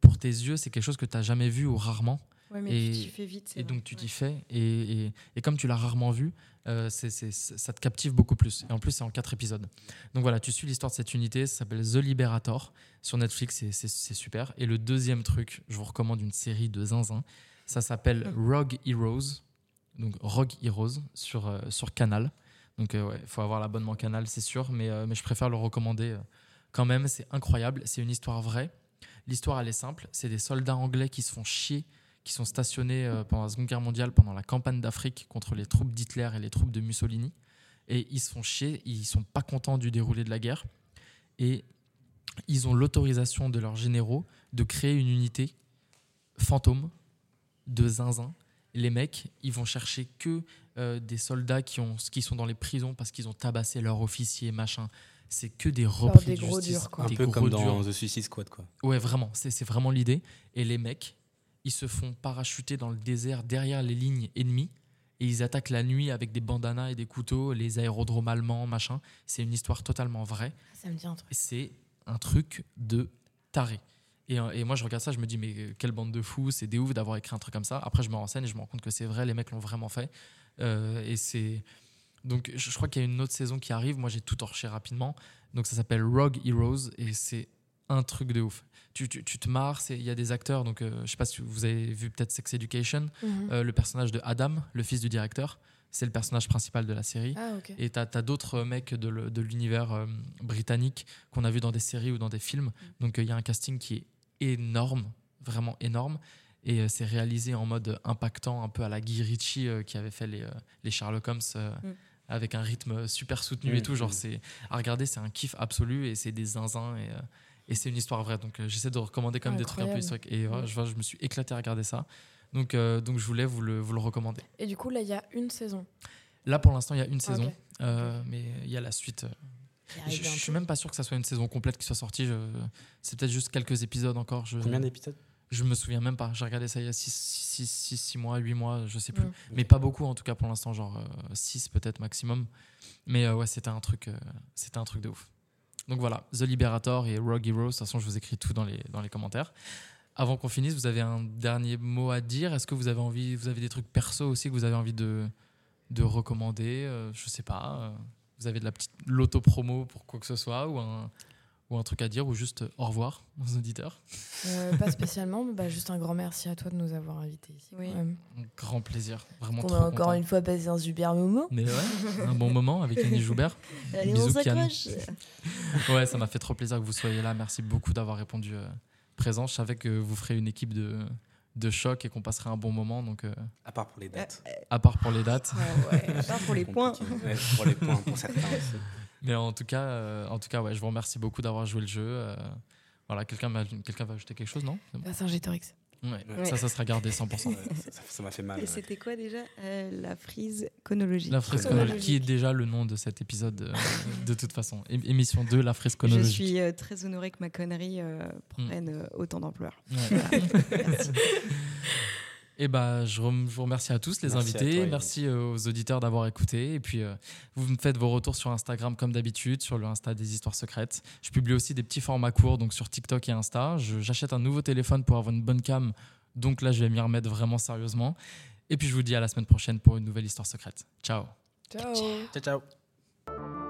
pour tes yeux, c'est quelque chose que tu n'as jamais vu ou rarement. Ouais, mais Et- tu t'y fais vite. c'est Et vrai. donc tu t'y Ouais. fais. Et, et- et comme tu l'as rarement vu, euh, c'est- c'est- c'est- ça te captive beaucoup plus. Et en plus, c'est en quatre épisodes. Donc voilà, tu suis l'histoire de cette unité. Ça s'appelle The Liberator. Sur Netflix, c'est- c'est c'est super. Et le deuxième truc, je vous recommande une série de zinzin. Ça s'appelle Hum. Rogue Heroes. Donc Rogue Heroes sur, euh, sur Canal. Donc euh, ouais, faut avoir l'abonnement Canal, c'est sûr. Mais, euh, mais je préfère le recommander euh, quand même. C'est incroyable. C'est une histoire vraie. L'histoire, elle est simple. C'est des soldats anglais qui se font chier qui sont stationnés euh, pendant la Seconde Guerre mondiale, pendant la campagne d'Afrique contre les troupes d'Hitler et les troupes de Mussolini. Et ils se font chier, ils sont pas contents du déroulé de la guerre. Et ils ont l'autorisation de leurs généraux de créer une unité fantôme de zinzin. Les mecs, ils vont chercher que euh, des soldats qui, ont, qui sont dans les prisons parce qu'ils ont tabassé leurs officiers, machin. C'est que des repris des de gros justice, durs, quoi. un des peu gros comme durs. dans The Suicide Squad. Quoi. Ouais, vraiment, c'est c'est vraiment l'idée. Et les mecs, ils se font parachuter dans le désert derrière les lignes ennemies et ils attaquent la nuit avec des bandanas et des couteaux, les aérodromes allemands, machin. C'est une histoire totalement vraie. Ah, Ça me dit un truc. Et C'est un truc de taré. Et, euh, et moi, je regarde ça, je me dis, mais euh, quelle bande de fous, c'est des ouf d'avoir écrit un truc comme ça. Après, je me renseigne et je me rends compte que c'est vrai, les mecs l'ont vraiment fait. Euh, et c'est. Donc, je je crois qu'il y a une autre saison qui arrive. Moi, j'ai tout torché rapidement. Donc, ça s'appelle Rogue Heroes et c'est un truc de ouf. Tu, tu- tu te marres, c'est- il y a des acteurs. Donc, euh, je sais pas si vous avez vu peut-être Sex Education. Mhm. Euh, le personnage de Adam, le fils du directeur, c'est le personnage principal de la série. Ah, ok. Et t'as as, d'autres euh, mecs de le- de l'univers euh, britannique qu'on a vu dans des séries ou dans des Mm. films. Donc il y a un casting qui est énorme, vraiment énorme. Et euh, c'est réalisé en mode impactant, un peu à la Guy Ritchie euh, qui avait fait les, euh, les Sherlock Holmes. euh, Mm. Avec un rythme euh, super soutenu et Mm, tout, genre mm. c'est à regarder, c'est un kiff absolu et c'est des zinzins et, euh, et c'est une histoire vraie. Donc euh, j'essaie de recommander quand même des trucs un Incroyable. Mm. peu historiques et ouais, je, vois, je me suis éclaté à regarder ça. Donc euh, donc je voulais vous le vous le recommander. Et du coup, là, il y a une saison. Là pour l'instant il y a une Ah, saison, ok. euh, mais il y a la suite euh, Qui je, arrive je suis bientôt. même pas sûr que ça soit une saison complète qui soit sortie. je- C'est peut-être juste quelques épisodes encore. Je... Combien d'épisodes Je me souviens même pas. J'ai regardé ça il y a 6 mois, 8 mois, je sais plus. Mmh. Mais pas beaucoup en tout cas pour l'instant, genre 6 euh, peut-être maximum. Mais euh, ouais, c'était un, truc, euh, c'était un truc de ouf. Donc voilà, The Liberator et Rogue Hero. De toute façon, je vous écris tout dans les, dans les commentaires. Avant qu'on finisse, vous avez un dernier mot à dire Est-ce que vous avez envie, vous avez des trucs perso aussi que vous avez envie de, de recommander Euh, Je sais pas. vous avez de la petite l'auto-promo pour quoi que ce soit ou un, ou un truc à dire ou juste au revoir aux auditeurs euh, Pas spécialement, mais bah, juste un grand merci à toi de nous avoir invités ici. Oui. Un grand plaisir, vraiment On trop a encore content. une fois passé un super moment. Mais ouais, un bon moment avec Annie Joubert. Allez, Bisous, on s'accroche Ouais, ça m'a fait trop plaisir que vous soyez là. Merci beaucoup d'avoir répondu euh, présent. Je savais que vous ferez une équipe de de choc et qu'on passerait un bon moment donc euh, à part pour les dates à part pour les dates ah ouais, à part pour les points ouais, pour les points pour certains aussi mais en tout cas, euh, en tout cas ouais, je vous remercie beaucoup d'avoir joué le jeu. Euh, voilà, quelqu'un quelqu'un va ajouter quelque chose, non Vincent Gétorix. Ouais, ouais. Ça, ça sera gardé 100%. ça m'a fait mal. Et c'était quoi déjà euh, La frise chronologique. La frise chronologique, qui est déjà le nom de cet épisode, euh, de toute façon. É émission 2, la frise chronologique. Je suis euh, très honorée que ma connerie euh, Hmm. prenne autant d'ampleur. Merci. Et bah, je, vous remercie à tous les merci invités, toi, merci euh, aux auditeurs d'avoir écouté. Et puis, euh, vous me faites vos retours sur Instagram comme d'habitude, sur le Insta des histoires secrètes. Je publie aussi des petits formats courts, donc sur TikTok et Insta. J'achète un nouveau téléphone pour avoir une bonne cam, donc là, je vais m'y remettre vraiment sérieusement. Et puis, je vous dis à la semaine prochaine pour une nouvelle histoire secrète. Ciao. Ciao. Ciao, ciao.